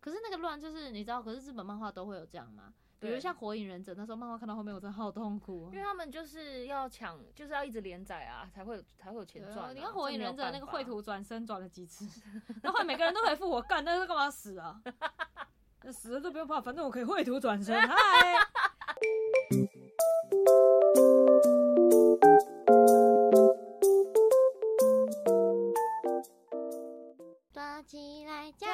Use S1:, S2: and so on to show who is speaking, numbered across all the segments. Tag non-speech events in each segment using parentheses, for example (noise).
S1: 可是那个乱就是你知道，可是日本漫画都会有这样吗？比如
S2: 对
S1: 像《火影忍者》那时候漫画看到后面，我真的好痛苦、
S2: 因为。
S1: 啊
S2: 他们就是要抢，就是要一直连载啊，才会有才会有钱
S1: 对啊
S2: 赚啊、
S1: 你看《
S2: 这
S1: 火影
S2: 没有
S1: 忍者》那
S2: 办
S1: 个
S2: 法
S1: 绘，图转身转了几次，然后每个人都回复我干，那是干嘛死啊？那死了都不用怕，反正我可以绘图转身。嗨，
S3: 躲起来讲。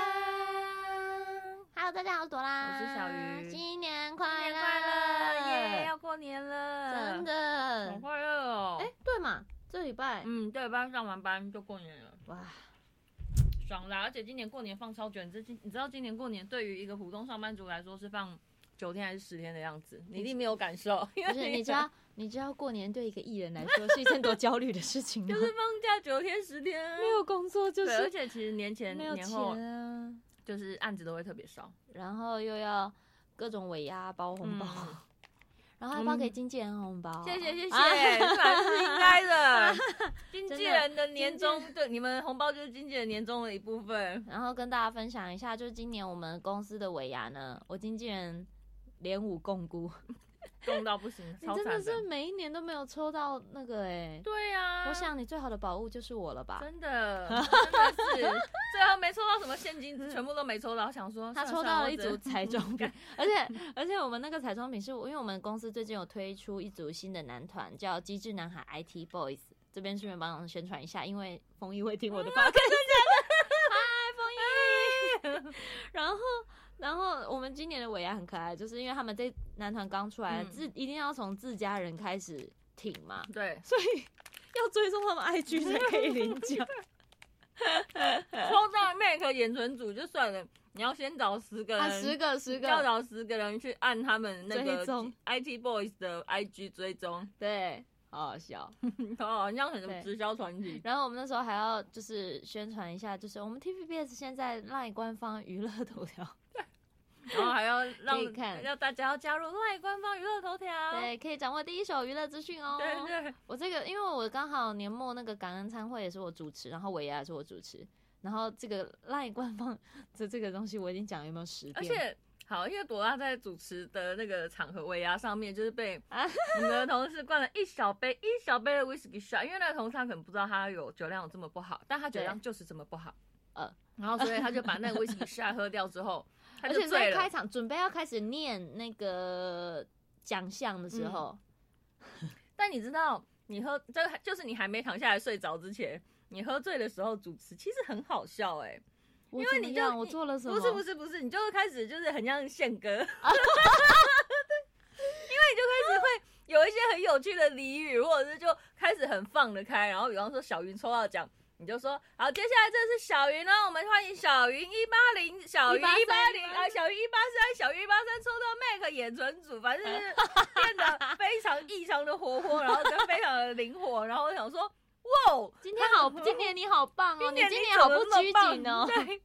S3: Hello，大家好，我是朵拉，
S2: 我是小鱼
S3: 新年快乐，
S2: 新年快乐耶，要过年了，
S3: 真
S2: 好
S3: 的，
S2: 快乐哦！
S3: 哎、对嘛，这礼拜、
S2: 嗯，对，班上完班就过年了，
S3: 哇，
S2: 爽啦！而且今年过年放超久，你知今你知道今年过年对于一个普通上班族来说是放九天还是十天的样子，你一定没有感受，因
S3: 不
S2: 为
S3: 是你知
S2: 们
S3: 道，你知道过年对一个艺人来说是一件多焦虑的事情吗？(laughs)
S2: (laughs) 就是放假九天十天啊，
S1: 没有工作就
S2: 对，而
S1: 是
S2: 且其实年前
S1: 没有
S2: 年后
S1: 钱啊，
S2: 就是案子都会特别少，
S3: 然后又要各种尾牙包红包，
S2: 嗯
S3: 然后还包给经纪人红包，
S2: 谢谢谢谢，
S3: 啊
S2: 哦哎这还是应该的。
S3: (laughs)
S2: 经纪人的年
S3: 真
S2: 终，对你们红包就是经纪人年终的一部分。
S3: 然后跟大家分享一下，就是今年我们公司的尾牙呢，我经纪人连五共估，
S2: 冻到不行，
S3: 你
S2: 超
S3: 哎真
S2: 惨
S3: 的是每一年都没有抽到那个哎、
S2: 对啊，
S3: 我想你最好的宝物就是我了吧？
S2: 真的真的
S3: (laughs)
S2: 是，最后没抽到什么现金，全部都没抽到。想说
S3: 他
S2: 算
S3: 抽
S2: 了
S3: 哦到了一
S2: 算
S3: 组 (laughs)
S2: 了
S3: 彩妆品，而且而且我们那个彩妆品是我，因为我们公司最近有推出一组新的男团，叫机智男孩 IT Boys。这边顺便帮我们宣传一下，因为风一会听我的 (laughs) p o d 嗨， (laughs) 风一。然后，然后我们今年的尾牙很可爱，就是因为他们这男团刚出来，
S2: 嗯
S3: 自一定要从自家人开始挺嘛，
S2: 我对
S3: 所以要追踪他们 IG 才可以领奖。
S2: 抽到 Mac 眼唇组就算了，你要先找十个
S3: (laughs) 啊，
S2: 人，
S3: 十个十 (laughs)
S2: 要
S3: 个，
S2: 找十个人去按他们那个
S3: 追踪
S2: IT Boys 的 IG 追踪，
S3: 对，好好笑。
S2: 哦，你像很什么
S3: 对
S2: 直销团体，
S3: 然后我们那时候还要就是宣传一下，就是我们 TVBS 现在 LINE 官方娱乐头
S2: (laughs)
S3: 条， (laughs)
S2: 然后还要
S3: 可
S2: 让
S3: 以看
S2: 要大家要加入 LINE 官方娱乐头条。
S3: 对，可以掌握第一手娱乐资讯哦。
S2: 对对
S3: 我这个因为我刚好年末那个感恩餐会也是我主持，然后尾牙也是我主持，然后这个 LINE 官方 (laughs) 的这个东西我已经讲了有没有十
S2: 而
S3: 遍？
S2: 且好，因为朵拉在主持的那个场合尾牙上面，就是被 (laughs)
S3: 啊
S2: 我们的同事灌了一小杯一小杯的 whisky shot，因为那个同事他可能不知道他有酒量有这么不好，但他酒量就是这么不好，
S3: 呃，
S2: 然后所以他就把那个 whisky shot 喝掉之后，他
S3: 而
S2: 就
S3: 且
S2: 醉
S3: 在
S2: 了
S3: 开。场准备要开始念那个奖项的
S2: 嗯
S3: 时候，
S2: 但你知道，你喝这就是你还没躺下来睡着之前，你喝醉的时候主持其实很好笑哎、
S3: 我
S2: 因为
S3: 怎么
S2: 你就
S3: 样我
S2: 你
S3: 做了什么？
S2: 不是不是不是，你就会开始就是很
S3: (laughs)
S2: 像宪哥，对，因为你就开始会有一些很有趣的俚语，或者是就开始很放得开。然后比方说小云抽到奖，你就说好，接下来这是小云哦，我们欢迎小云一八零，小云一八零啊，小云一八三，小云一八三抽到 Mac 眼唇组，反正就是变得非常异常的活泼，然后跟非常的灵活。然后我想说，哇，
S3: 今天好，今年你好
S2: (laughs)
S3: 棒哦，
S2: 年
S3: 你今
S2: 你
S3: 年好
S2: 怎
S3: 不
S2: 么那么
S3: 拘
S2: 棒
S3: 谨
S2: (laughs)
S3: 哦。
S2: 对。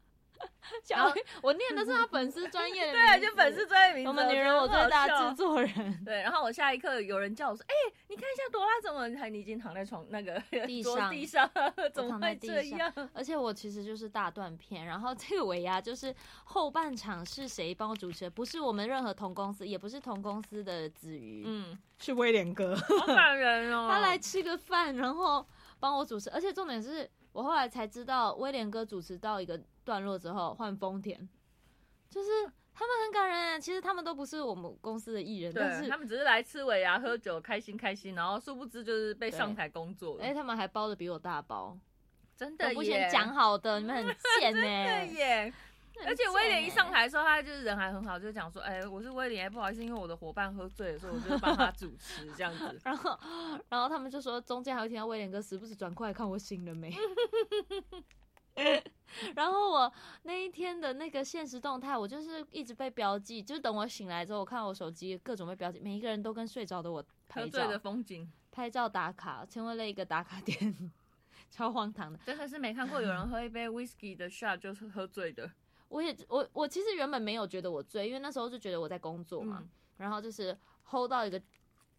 S3: 然后我念的是他粉丝专业的
S2: 对啊，
S3: 名
S2: 就
S3: 字
S2: 粉丝专业名字，
S3: 我们女人我
S2: 觉得
S3: 最大
S2: 很好笑
S3: 制作人，
S2: 对，然后我下一刻有人叫我说：“哎、你看一下朵拉怎么还你已经躺在床那个
S3: 地
S2: (laughs) 桌
S3: 上
S2: 地上，怎么
S3: 躺在
S2: 会
S3: 地
S2: 这
S3: 上嗯
S2: 样？
S3: (laughs) 而且我其实就是大断片。然后这个尾牙就是后半场是谁帮我主持的？不是我们任何同公司，也不是同公司的子瑜，
S2: 嗯，
S1: 是威廉哥。
S2: 好感人哦。
S3: (laughs) 他来吃个饭，然后帮我主持。而且重点是我后来才知道，威廉哥主持到一个段落之后换丰田，就是他们很感人。啊其实他们都不是我们公司的艺人，但
S2: 对
S3: 是
S2: 他们只是来吃尾牙、喝酒、开心开心，然后殊不知就是被上台工作了。
S3: 哎、他们还包的比我大包。
S2: 真的
S3: 我
S2: 耶，
S3: 不先讲好的，你们很
S2: (laughs)
S3: 贱呢、
S2: 对耶。
S3: 很
S2: 而且威廉
S3: 贱欸
S2: 一上，台的时候，他就是人还很好，就讲说：“哎、我是威廉，不好意思，因为我的伙伴喝醉了，所以我就帮他主持这样子。
S3: 然后然后他们就说中间还会听到威廉哥时不时转过来看我醒了没。 (laughs) 然后我那一天的那个现实动态，我就是一直被标记，就是等我醒来之后，我看我手机各种被标记，每一个人都跟睡着的我
S2: 喝
S3: (laughs) 拍
S2: 醉
S3: 照
S2: 的风景
S3: 拍照打卡，成为了一个打卡点， (laughs) 超荒唐的。
S2: 真的是没看过有人喝一杯 whisky 的 shot 就是喝醉的，
S3: 我也我我其实原本没有觉得我醉，因为那时候就觉得我在工作嘛，
S2: 嗯
S3: 然后就是 hold 到一个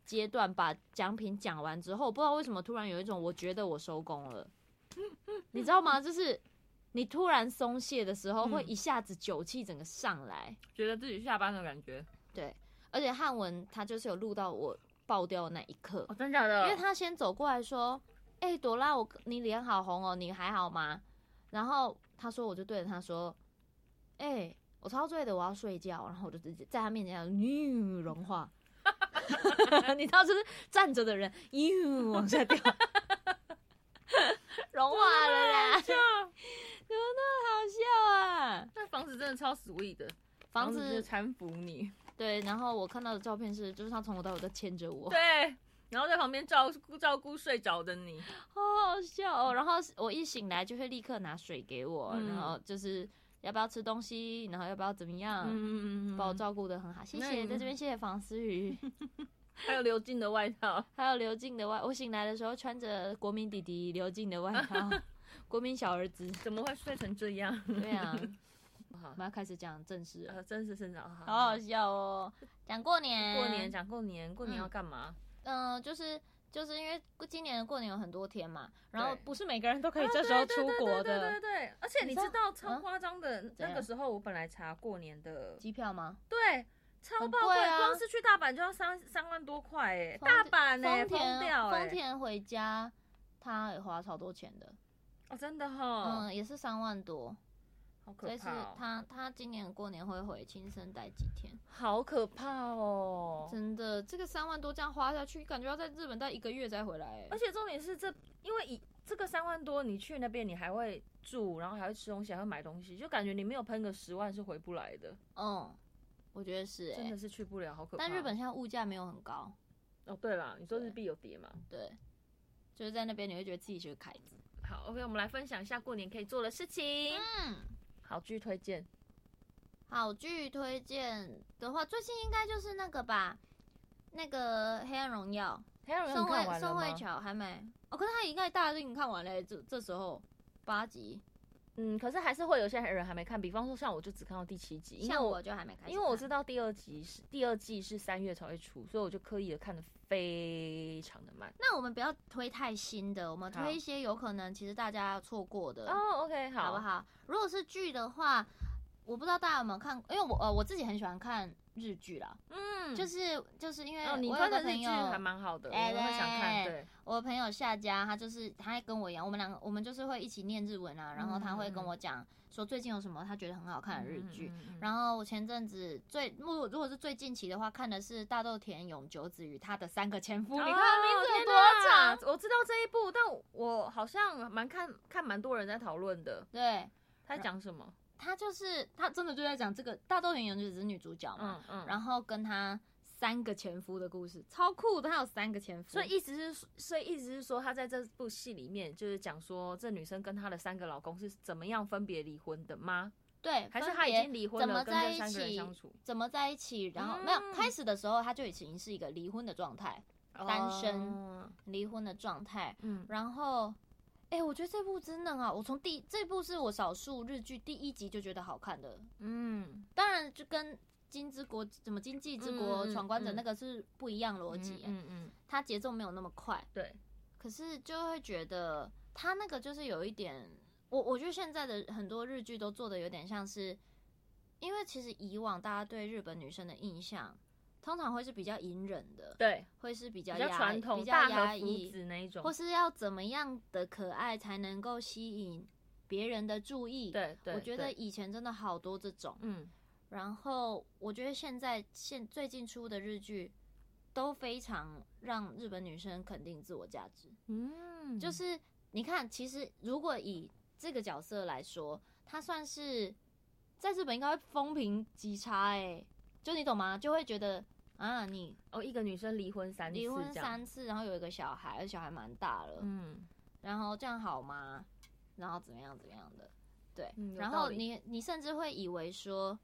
S3: 阶段，把奖品讲完之后，我不知道为什么突然有一种我觉得我收工了，你知道吗？就是你突然松懈的时候，
S2: 嗯
S3: 会一下子酒气整个上来。
S2: 觉得自己下班的感觉。
S3: 对，而且汉文他就是有录到我爆掉的那一刻，
S2: 哦，真假的？
S3: 因为他先走过来说：“哎、朵拉，我你脸好红哦，你还好吗？”然后他说，我就对着他说：“哎、我超醉的，我要睡觉。”然后我就直接在他面前这样嗯融 (laughs) 化。你知道，就是站着的人，呦往 (laughs) 下掉，融化了啦，
S2: 这样，
S3: 好笑啊！
S2: 那房子真的超 sweet 的，
S3: 房
S2: 真的
S3: 子
S2: 搀扶你，
S3: 对，然后我看到的照片是，就是他从头到尾都牵着我，
S2: 对，然后在旁边照顾照顾睡着的你，
S3: 好好笑哦。然后我一醒来就会立刻拿水给我，
S2: 嗯
S3: 然后就是要不要吃东西，然后要不要怎么样，
S2: 嗯
S3: 把我照顾的很好。谢
S2: 那
S3: 谢，
S2: 你
S3: 在这边谢谢房思
S2: (laughs)
S3: 雨，
S2: 还有刘静的外套，
S3: 还有刘静的外，我醒来的时候穿着国民弟弟刘静的外套，
S2: (laughs)
S3: 国民小儿子。
S2: 怎么会睡成这样？
S3: 对啊，
S2: 好
S3: 我们要开始讲正事了，
S2: (laughs) 呃，真是真的，好
S3: 好好笑哦。讲过年，
S2: 过年讲过年，过年
S3: 嗯
S2: 要干嘛？
S3: 嗯、就是就是因为今年的过年有很多天嘛，然后
S2: 对
S3: 不
S1: 不是每个人都可以这时候出国
S2: 啊对对对
S1: 的。
S2: 对，而且你
S3: 你知道
S2: 知道嗯超
S3: 啊
S2: 夸张的，
S3: 怎
S2: 那
S3: 样
S2: 个时候我本来查过年的，
S3: 机票吗？
S2: 对，超
S3: 很
S2: 爆
S3: 贵
S2: 贵，
S3: 啊
S2: 光是去大阪就要三三万多块哎，
S3: 丰
S2: 大阪哎，
S3: 丰
S2: 疯
S3: 田
S2: 掉
S3: 丰
S2: 哎，
S3: 田回家，他也花超多钱的，
S2: 哦，真的哈，
S3: 嗯，也是三万多。
S2: 好可
S3: 所以是
S2: 怕哦，
S3: 他他今年过年会回亲生待几天，
S2: 好可怕哦。
S3: 真的，这个三万多这样花下去，感觉要在日本待一个月再回来、欸
S2: 而且重点是这，因为以这个三万多，你去那边你还会住，然后还会吃东西，还会买东西，就感觉你没有喷个十万是回不来的，
S3: 嗯，我觉得是、
S2: 真
S3: 欸
S2: 的。是去不了，好可怕。
S3: 但日本现在物价没有很高，
S2: 哦，对了，你说
S3: 对
S2: 日币有跌嘛？
S3: 对，就是在那边你会觉得自己是个凯子。
S2: 好，OK，我们来分享一下过年可以做的事情。
S3: 嗯，
S2: 好，继续推荐。
S3: 好剧推荐的话，最近应该就是那个吧，那个《黑暗荣耀》。
S2: 还有人
S3: 宋
S2: 看
S3: 慧
S2: 完了
S3: 宋慧
S2: 吗？
S3: 乔还没哦，可是他应该大家都已经看完了耶，这这时候八集，
S2: 嗯，可是还是会有些人还没看，比方说像我就只看到第七集，因为
S3: 像我
S2: 我
S3: 就还没开始，
S2: 因为我知，道第二集是第二季是三月才会出，所以我就刻意的看的非常的慢。
S3: 那我们不要推太新的，我们
S2: 好
S3: 推一些有可能其实大家错过的，
S2: 哦，OK，好，
S3: 好不？好？如果是剧的话，我不知道大家有没有看，因为我呃我自己很喜欢看日剧啦，
S2: 嗯，
S3: 就是就是因为
S2: 哦，你
S3: 我有
S2: 看
S3: 个
S2: 的日
S3: 朋
S2: 剧
S3: 友，
S2: 还蛮好的，我
S3: 哎
S2: 也会想看。
S3: 对
S2: 对，
S3: 我的朋友夏家，他就是他跟我一样，我们两个我们就是会一起念日文啊，然后他会跟我讲说最近有什么他觉得很好看的日剧，
S2: 嗯，嗯嗯
S3: 然后我前阵子最如果如果是最近期的话，看的是大豆田永久子与他的三个前夫。
S2: 哦
S3: 你看他名字有
S2: 天
S3: 多
S2: 哪
S3: 长？
S2: 我知道这一部，但我好像蛮看看蛮多人在讨论的。
S3: 对，
S2: 他在讲什么？
S3: 他就是他真的就在讲这个大豆田永久子是女主角嘛，
S2: 嗯嗯，
S3: 然后跟他三个前夫的故事，超酷的。他有三个前夫，
S2: 所以意思是说，所以意思是说，他在这部戏里面就是讲说，这女生跟她的三个老公是怎么样分别离婚的吗？
S3: 对，
S2: 还是
S3: 分
S2: 她已
S3: 别
S2: 经离婚
S3: 怎么
S2: 了，跟
S3: 在
S2: 这
S3: 一
S2: 三个人
S3: 起
S2: 相处？嗯
S3: 怎么在一起，然后、没有开始的时候他就已经是一个离婚的状态，单身
S2: 哦
S3: 离婚的状态，
S2: 嗯，
S3: 然后，哎、我觉得这部真的啊，我从第这部是我少数日剧第一集就觉得好看的，
S2: 嗯，
S3: 当然就跟《金之国》怎么《经济之国
S2: 嗯嗯》嗯
S3: 闯关者那个是不一样逻辑、
S2: 嗯嗯，
S3: 它节奏没有那么快，
S2: 对，
S3: 可是就会觉得它那个就是有一点，我我觉得现在的很多日剧都做的有点像是，因为其实以往大家对日本女生的印象。通常会是比较隐忍的，
S2: 对，
S3: 会是比较
S2: 比
S3: 压
S2: 较传统
S3: 比较
S2: 大
S3: 压
S2: 和
S3: 抑
S2: 福子那一种
S3: 或，是要怎么样的可爱才能够吸引别人的注意？，
S2: 对对，
S3: 我觉得
S2: 对，
S3: 以前真的好多这种，
S2: 嗯，
S3: 然后我觉得现在现最近出的日剧都非常让日本女生肯定自我价值，(laughs)
S2: 嗯，
S3: 就是你看，其实如果以这个角色来说，她算是在日本应该会风评极差哎、就你懂吗？就会觉得啊，你
S2: 哦，一个女生离婚三次，
S3: 离婚
S2: 这样，
S3: 三次，然后有一个小孩，而且小孩蛮大了，
S2: 嗯，
S3: 然后这样好吗？然后怎么样怎么样的，对，
S2: 嗯有
S3: 然
S2: 道
S3: 后
S2: 理
S3: 你你甚至会以为说，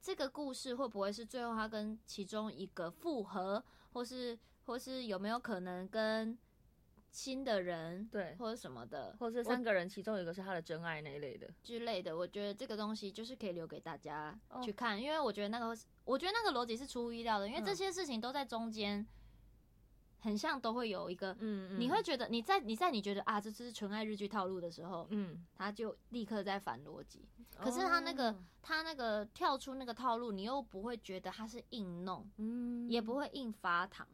S3: 这个故事会不会是最后他跟其中一个复合，或是或是有没有可能跟新的人
S2: 对，
S3: 或者什么的
S2: 或者是三个人其中有一个是她的真爱那一类的，
S3: 之类的？我觉得这个东西就是可以留给大家
S2: 哦
S3: 去看，因为我觉得那个我觉得那个逻辑是出乎意料的，因为
S2: 嗯
S3: 这些事情都在中间。很像都会有一个，
S2: 嗯，嗯
S3: 你会觉得你在你在你觉得啊，这就是纯爱日剧套路的时候，
S2: 嗯，
S3: 他就立刻在反逻辑。可是他那个、
S2: 哦
S3: 他那个跳出那个套路，你又不会觉得他是硬弄，
S2: 嗯
S3: 也不会硬发糖。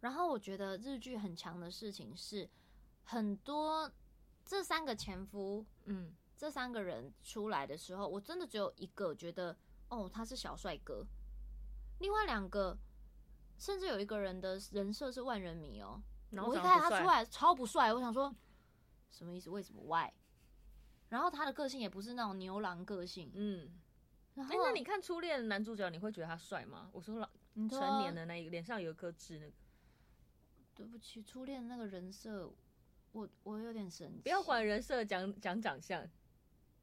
S3: 然后我觉得日剧很强的事情是，很多这三个前夫
S2: 嗯
S3: 这三个人出来的时候，我真的只有一个觉得哦他是小帅哥，另外两个甚至有一个人的人设是万人迷哦。
S2: 然后
S3: 我一
S2: 长
S3: 开
S2: 得
S3: 始他
S2: 不
S3: 出
S2: 帅，
S3: 来超不帅，我想说什么意思？为什么 why？然后他的个性也不是那种牛郎个性。
S2: 嗯，
S3: 然
S2: 哎、
S3: 后、
S2: 那你看初恋的男主角，你会觉得他帅吗？我说老
S3: 你说
S2: 成年的那一个，脸上有一颗痣，那个
S3: 对不起，初恋那个人设，我我有点神奇。
S2: 不要，管人设，讲讲长相。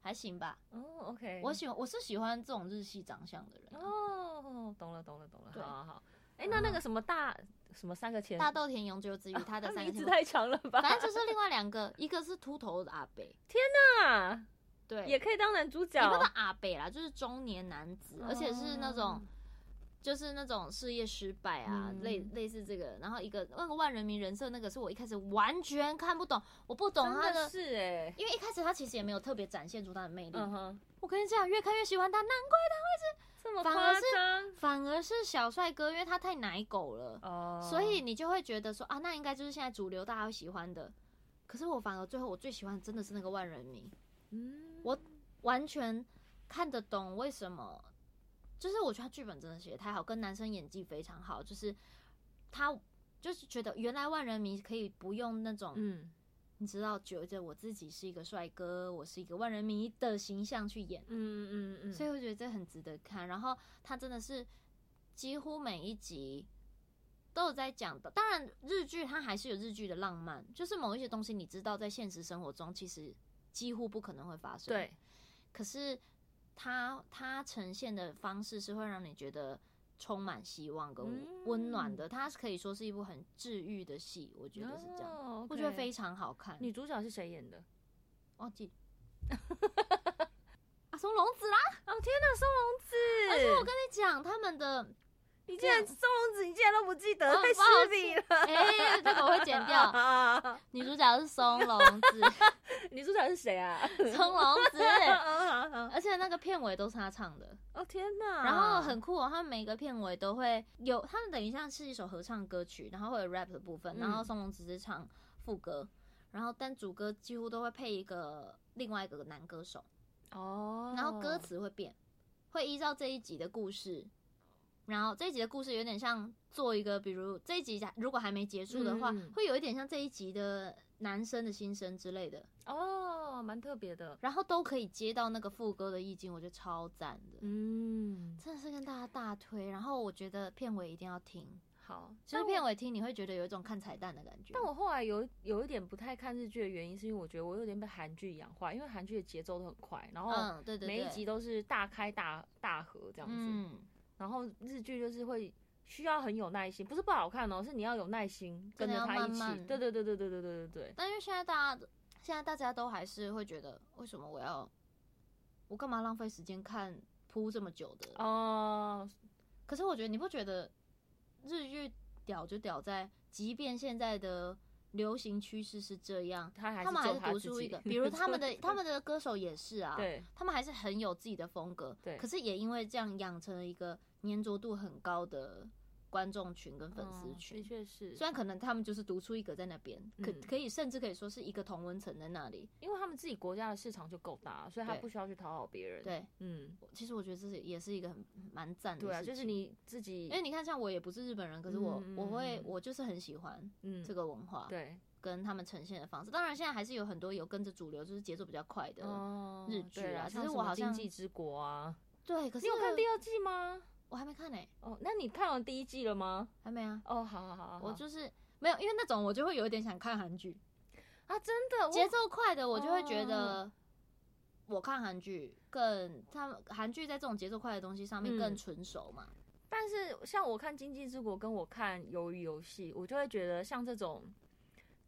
S3: 还行吧。
S2: 哦，OK，
S3: 我喜欢，我是喜欢这种日系长相的人。
S2: 哦，懂了懂了懂了，好
S3: 对嗯
S2: 好好。哎、那那个什么大、什么三个前
S3: 大豆田永久子与他的
S2: (laughs) 啊
S3: 三个
S2: 名
S3: 前
S2: 字
S3: 夫，
S2: 太长了吧？
S3: 反正就是另外两个，一个是秃头的阿北，
S2: 啊，
S3: 对，
S2: 也可以当男主角
S3: 也。不是阿北啦，就是中年男子，
S2: 哦
S3: 而且是那种。就是那种事业失败啊，
S2: 嗯
S3: 类类似这个，然后一个那个万人迷人设那个是我一开始完全看不懂，我不懂他
S2: 真
S3: 的，
S2: 的是哎、
S3: 因为一开始他其实也没有特别展现出他的魅力。
S2: 嗯哼，
S3: 我跟你讲，越看越喜欢他，那
S2: 这么
S3: 反
S2: 夸
S3: 而是
S2: 张
S3: 反而是小帅哥，因为他太奶狗了，
S2: 哦
S3: 所以你就会觉得说啊，那应该就是现在主流大家会喜欢的。可是我反而最后我最喜欢的真的是那个万人迷，
S2: 嗯
S3: 我完全看得懂为什么，就是我觉得他剧本真的写的太好，跟男生演技非常好，就是他就是觉得原来万人迷可以不用那种、
S2: 嗯
S3: 你知道觉得我自己是一个帅哥，我是一个万人迷的形象去演，
S2: 嗯嗯嗯，
S3: 所以我觉得这很值得看。然后他真的是几乎每一集都有在讲的，当然日剧它还是有日剧的浪漫，就是某一些东西你知道在现实生活中其实几乎不可能会发生，
S2: 对，
S3: 可是它它呈现的方式是会让你觉得充满希望
S2: 嗯
S3: 跟温暖的，它可以说是一部很治愈的戏，我觉得是这样，
S2: 哦，OK
S3: 我觉得非常好看。
S2: 女主角是谁演的？哦
S3: 忘记
S2: 嗯
S3: 阿松龙子啦，
S2: 哦天哪，松隆子！
S3: 而且我跟你讲，他们的
S2: 你竟然松隆子，你竟然都不记得，
S3: 哦
S2: 太
S3: 不好
S2: 失
S3: 意思
S2: 礼了。
S3: 哎，这个我会剪掉。
S2: 啊！
S3: 女主角是松龙
S2: (laughs)
S3: 子，
S2: 女主角是谁
S3: (laughs)
S2: 啊？
S3: 松
S2: (laughs)
S3: 龙子，
S2: 啊啊啊
S3: 而且那个片尾都是她唱的。
S2: 哦天哪！
S3: 然后
S2: 嗯
S3: 很酷哦，他们每个片尾都会有，他们等于像是一首合唱歌曲，然后会有 rap 的部分，
S2: 嗯
S3: 然后松隆只是唱副歌，然后但主歌几乎都会配一个另外一个男歌手，
S2: 哦，
S3: 然后歌词会变，会依照这一集的故事。然后这一集的故事有点像做一个，比如这一集如果还没结束的话，
S2: 嗯嗯嗯
S3: 会有一点像这一集的男生的心声之类的，
S2: 哦，蛮特别的。
S3: 然后都可以接到那个副歌的意境，我觉得超赞的。
S2: 嗯，
S3: 真的是跟大家大推。然后我觉得片尾一定要听，
S2: 好，
S3: 就是
S2: 但我
S3: 片尾听你会觉得有一种看彩蛋的感觉。
S2: 但我后来有有一点不太看日剧的原因，是因为我觉得我有点被韩剧养坏，因为韩剧的节奏都很快，然后
S3: 嗯，对对对，
S2: 哦每一集都是大开大大合这样子，
S3: 嗯，
S2: 然后日剧就是会需要很有耐心，不是不好看哦，是你要有耐心跟
S3: 真的要
S2: 着他一起，
S3: 慢慢
S2: 对对对对对对对对对，
S3: 但因为现在大家现在大家都还是会觉得，为什么我要我干嘛浪费时间看铺这么久的？
S2: 哦、
S3: 可是我觉得你不觉得日剧屌就屌在，即便现在的流行趋势是这样。
S2: 他还是
S3: 他们还
S2: 走
S3: 是
S2: 他
S3: 读
S2: 自
S3: 出一
S2: 己
S3: 个，，比如他们的他们的歌手也是啊，
S2: (laughs) 对
S3: 他们还是很有自己的风格，
S2: 对
S3: 可是也因为这样养成了一个粘着度很高的观众群 (laughs) 跟粉丝
S2: 嗯的
S3: 群。
S2: 确是
S3: 虽，然可能他们就是独出一格在那边，可
S2: 嗯
S3: 可以甚至可以说是一个同温层在那里。
S2: 因为他们自己国家的市场就够大，所以他
S3: 对
S2: 不需要去讨好别人，，
S3: 对，
S2: 嗯，
S3: 我其实我觉得这是也是一个很蛮赞的事
S2: 对
S3: 情。
S2: 啊，就是，你自己
S3: 因为，你看，像我也不是日本人，可是我、
S2: 嗯嗯
S3: 我会
S2: 嗯
S3: 我就是很喜欢
S2: 嗯
S3: 这个文化，
S2: 对，
S3: 跟他们呈现的方式。当然，现在还是有很多有跟着主流，就是节奏比较快的。
S2: 哦
S3: 日
S2: 对
S3: 剧
S2: 啦
S3: 啊只
S2: 像
S3: 是
S2: 什
S3: 我
S2: 么
S3: 好像
S2: 经济之国啊，
S3: 对，可是
S2: 你有看第二季吗？
S3: 我还没看呢、
S2: 哦，那你看完第一季了吗？
S3: 还没啊。
S2: 哦，好好好好好，
S3: 我就是没有，因为那种我就会有一点想看韩剧。
S2: 啊，真的，
S3: 节
S2: 我
S3: 奏快的，我就会觉
S2: 哦
S3: 得我看韩剧更，他们韩剧在这种节奏快的东西上面
S2: 嗯
S3: 更纯熟嘛。
S2: 但是像我看《经济之国》跟我看《鱿鱼游戏》，我就会觉得像这种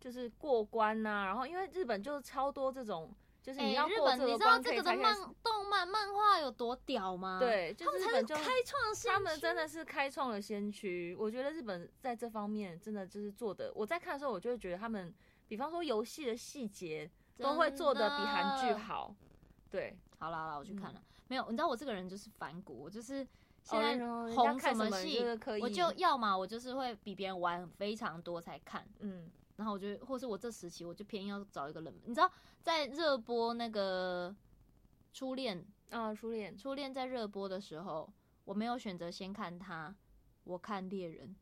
S2: 就是过关呐、然后因为日本就是超多这种就是
S3: 哎、
S2: 你要
S3: 日
S2: 过
S3: 本，
S2: 这
S3: 你
S2: 个
S3: 知道
S2: 关
S3: 这
S2: 可以
S3: 个的
S2: 才开
S3: 漫
S2: 始。
S3: 动漫漫画有多屌吗？，
S2: 对，就
S3: 他们才
S2: 是日本
S3: 是
S2: 就
S3: 开创先驱，
S2: 他们真的是开创了先驱。我觉得日本在这方面真的就是做的，我在看的时候，我就会觉得他们，比方说游戏的细节都会做的比韩剧
S3: 真的。
S2: 好。对，
S3: 好啦好啦，我去看
S2: 嗯
S3: 了。没有，你知道我这个人就是反骨，我就是现
S2: 哦
S3: 在
S2: 人家
S3: 红
S2: 看
S3: 么
S2: 什么你
S3: 戏
S2: 就是刻，
S3: 我
S2: 意
S3: 就要嘛，我就是会比别人玩非常多才看。
S2: 嗯，
S3: 然后我就，或是我这时期我就偏要找一个冷门，你知道，在热播那个初恋，
S2: 啊，初
S3: (laughs)
S2: 恋， (laughs)
S3: 初恋在热播的时候，我没有选择先看它，我看猎人，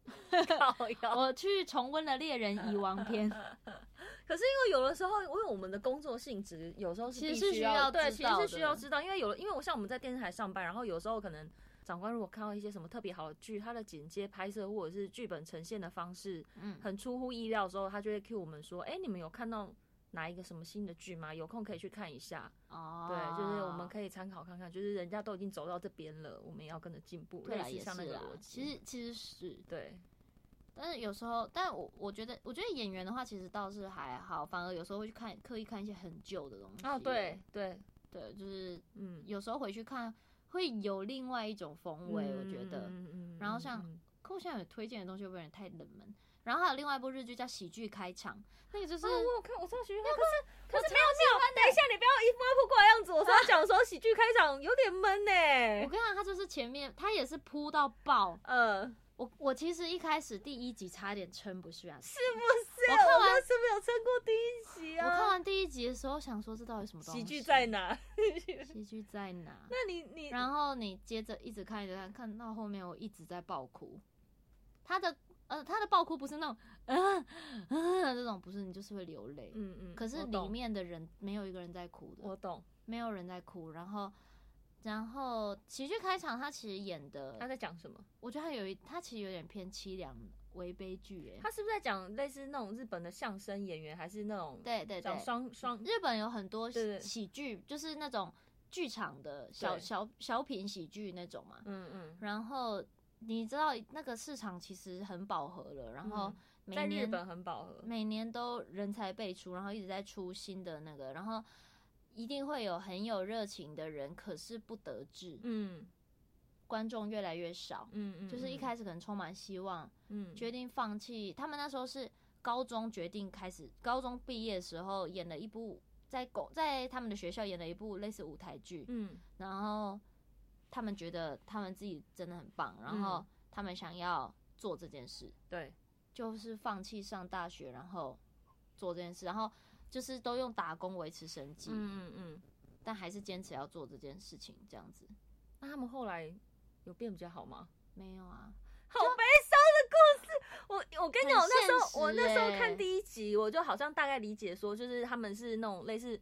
S2: 靠腰
S3: 我去重温了猎人遗忘篇，
S2: (laughs) 可是因为有的时候，因为我们的工作性质，有时候是
S3: 其实
S2: 必
S3: 是
S2: 须
S3: 需
S2: 要
S3: 要
S2: 对，
S3: 知
S2: 其实
S3: 道
S2: 是
S3: 的
S2: 需要知道，因为有因为我像我们在电视台上班，然后有时候可能长官如果看到一些什么特别好的剧，它的剪接、拍摄或者是剧本呈现的方式
S3: 嗯，
S2: 很出乎意料的时候，他就会 cue 我们说：“哎、你们有看到哪一个什么新的剧吗？有空可以去看一下。
S3: 哦，
S2: 对，就是我们可以参考看看，就是人家都已经走到这边了，我们也要跟着进步，
S3: 对
S2: 类
S3: 啦，
S2: 似
S3: 也
S2: 像那
S3: 是
S2: 个
S3: 啦
S2: 逻，辑。
S3: 其实其实是，
S2: 对，
S3: 但是有时候，但我我觉得，我觉得演员的话其实倒是还好，反而有时候会去看刻意看一些很旧的东西，
S2: 哦，对对，
S3: 对，就是
S2: 嗯，
S3: 有时候回去看会有另外一种风味，我觉得。
S2: 嗯，嗯嗯
S3: 然后
S2: 嗯
S3: 像
S2: 嗯
S3: 可我现在有推荐的东西会不会有点太冷门？然后还有另外一部日剧叫《喜剧开场》，那个就是、
S2: 啊，我有看，我超喜欢看，可是可是没有没有，等一下你不要一副二副过来样子，我刚讲说喜剧开场有点闷呢、
S3: 我跟你讲，它就是前面它也是铺到爆。
S2: 呃，
S3: 我我其实一开始第一集差点撑不下去，
S2: 是不是？
S3: 我看完
S2: 我们是不是有撑过第一集
S3: 我看
S2: 啊？
S3: 完第一集的时候想说这到底什么东西？
S2: 喜剧在？ (laughs) 哪？
S3: 喜剧在哪？
S2: 那你你
S3: 然后你接着一直看，一直看，看到后面我一直在爆哭。他的呃，他的爆哭不是那种嗯嗯、这种，不是你就是会流泪。
S2: 嗯嗯，
S3: 可是
S2: 我
S3: 里
S2: 懂
S3: 面的人没有一个人在哭的，
S2: 我懂，
S3: 没有人在哭，然后。然后喜剧开场，他其实演的，
S2: 他在讲什么？
S3: 我觉得他有一，他其实有点偏凄凉为悲剧哎
S2: 他。是不是在讲类似那种日本的相声演员，还是那种
S3: 对对对
S2: 讲，双双
S3: 日本有很多
S2: 对对
S3: 喜剧，就是那种剧场的小
S2: 对
S3: 小小品喜剧那种嘛。
S2: 嗯嗯，
S3: 然后你知道那个市场其实很饱和了，然后
S2: 嗯在
S3: 每
S2: 日
S3: 年、
S2: 本很饱和，
S3: 每年都人才辈出，然后一直在出新的那个，然后一定会有很有热情的人，可是不得志，
S2: 嗯
S3: 观众越来越少。
S2: 嗯嗯，
S3: 就是一
S2: 嗯
S3: 开始可能充满希望，
S2: 嗯
S3: 决定放弃。他们那时候是高中决定开始，高中毕业的时候演了一部在公在他们的学校演了一部类似舞台剧，
S2: 嗯
S3: 然后他们觉得他们自己真的很棒，然后
S2: 嗯
S3: 他们想要做这件事，
S2: 对
S3: 就是放弃上大学，然后做这件事，然后就是都用打工维持生计，
S2: 嗯嗯嗯，
S3: 但还是坚持要做这件事情，这样子
S2: 那他们后来有变比较好吗？
S3: 没有啊？
S2: 好悲伤的故事。我我跟你讲，我
S3: 很
S2: 那时
S3: 现实
S2: 候我那时候
S3: 欸
S2: 看第一集，我就好像大概理解说，就是他们是那种类似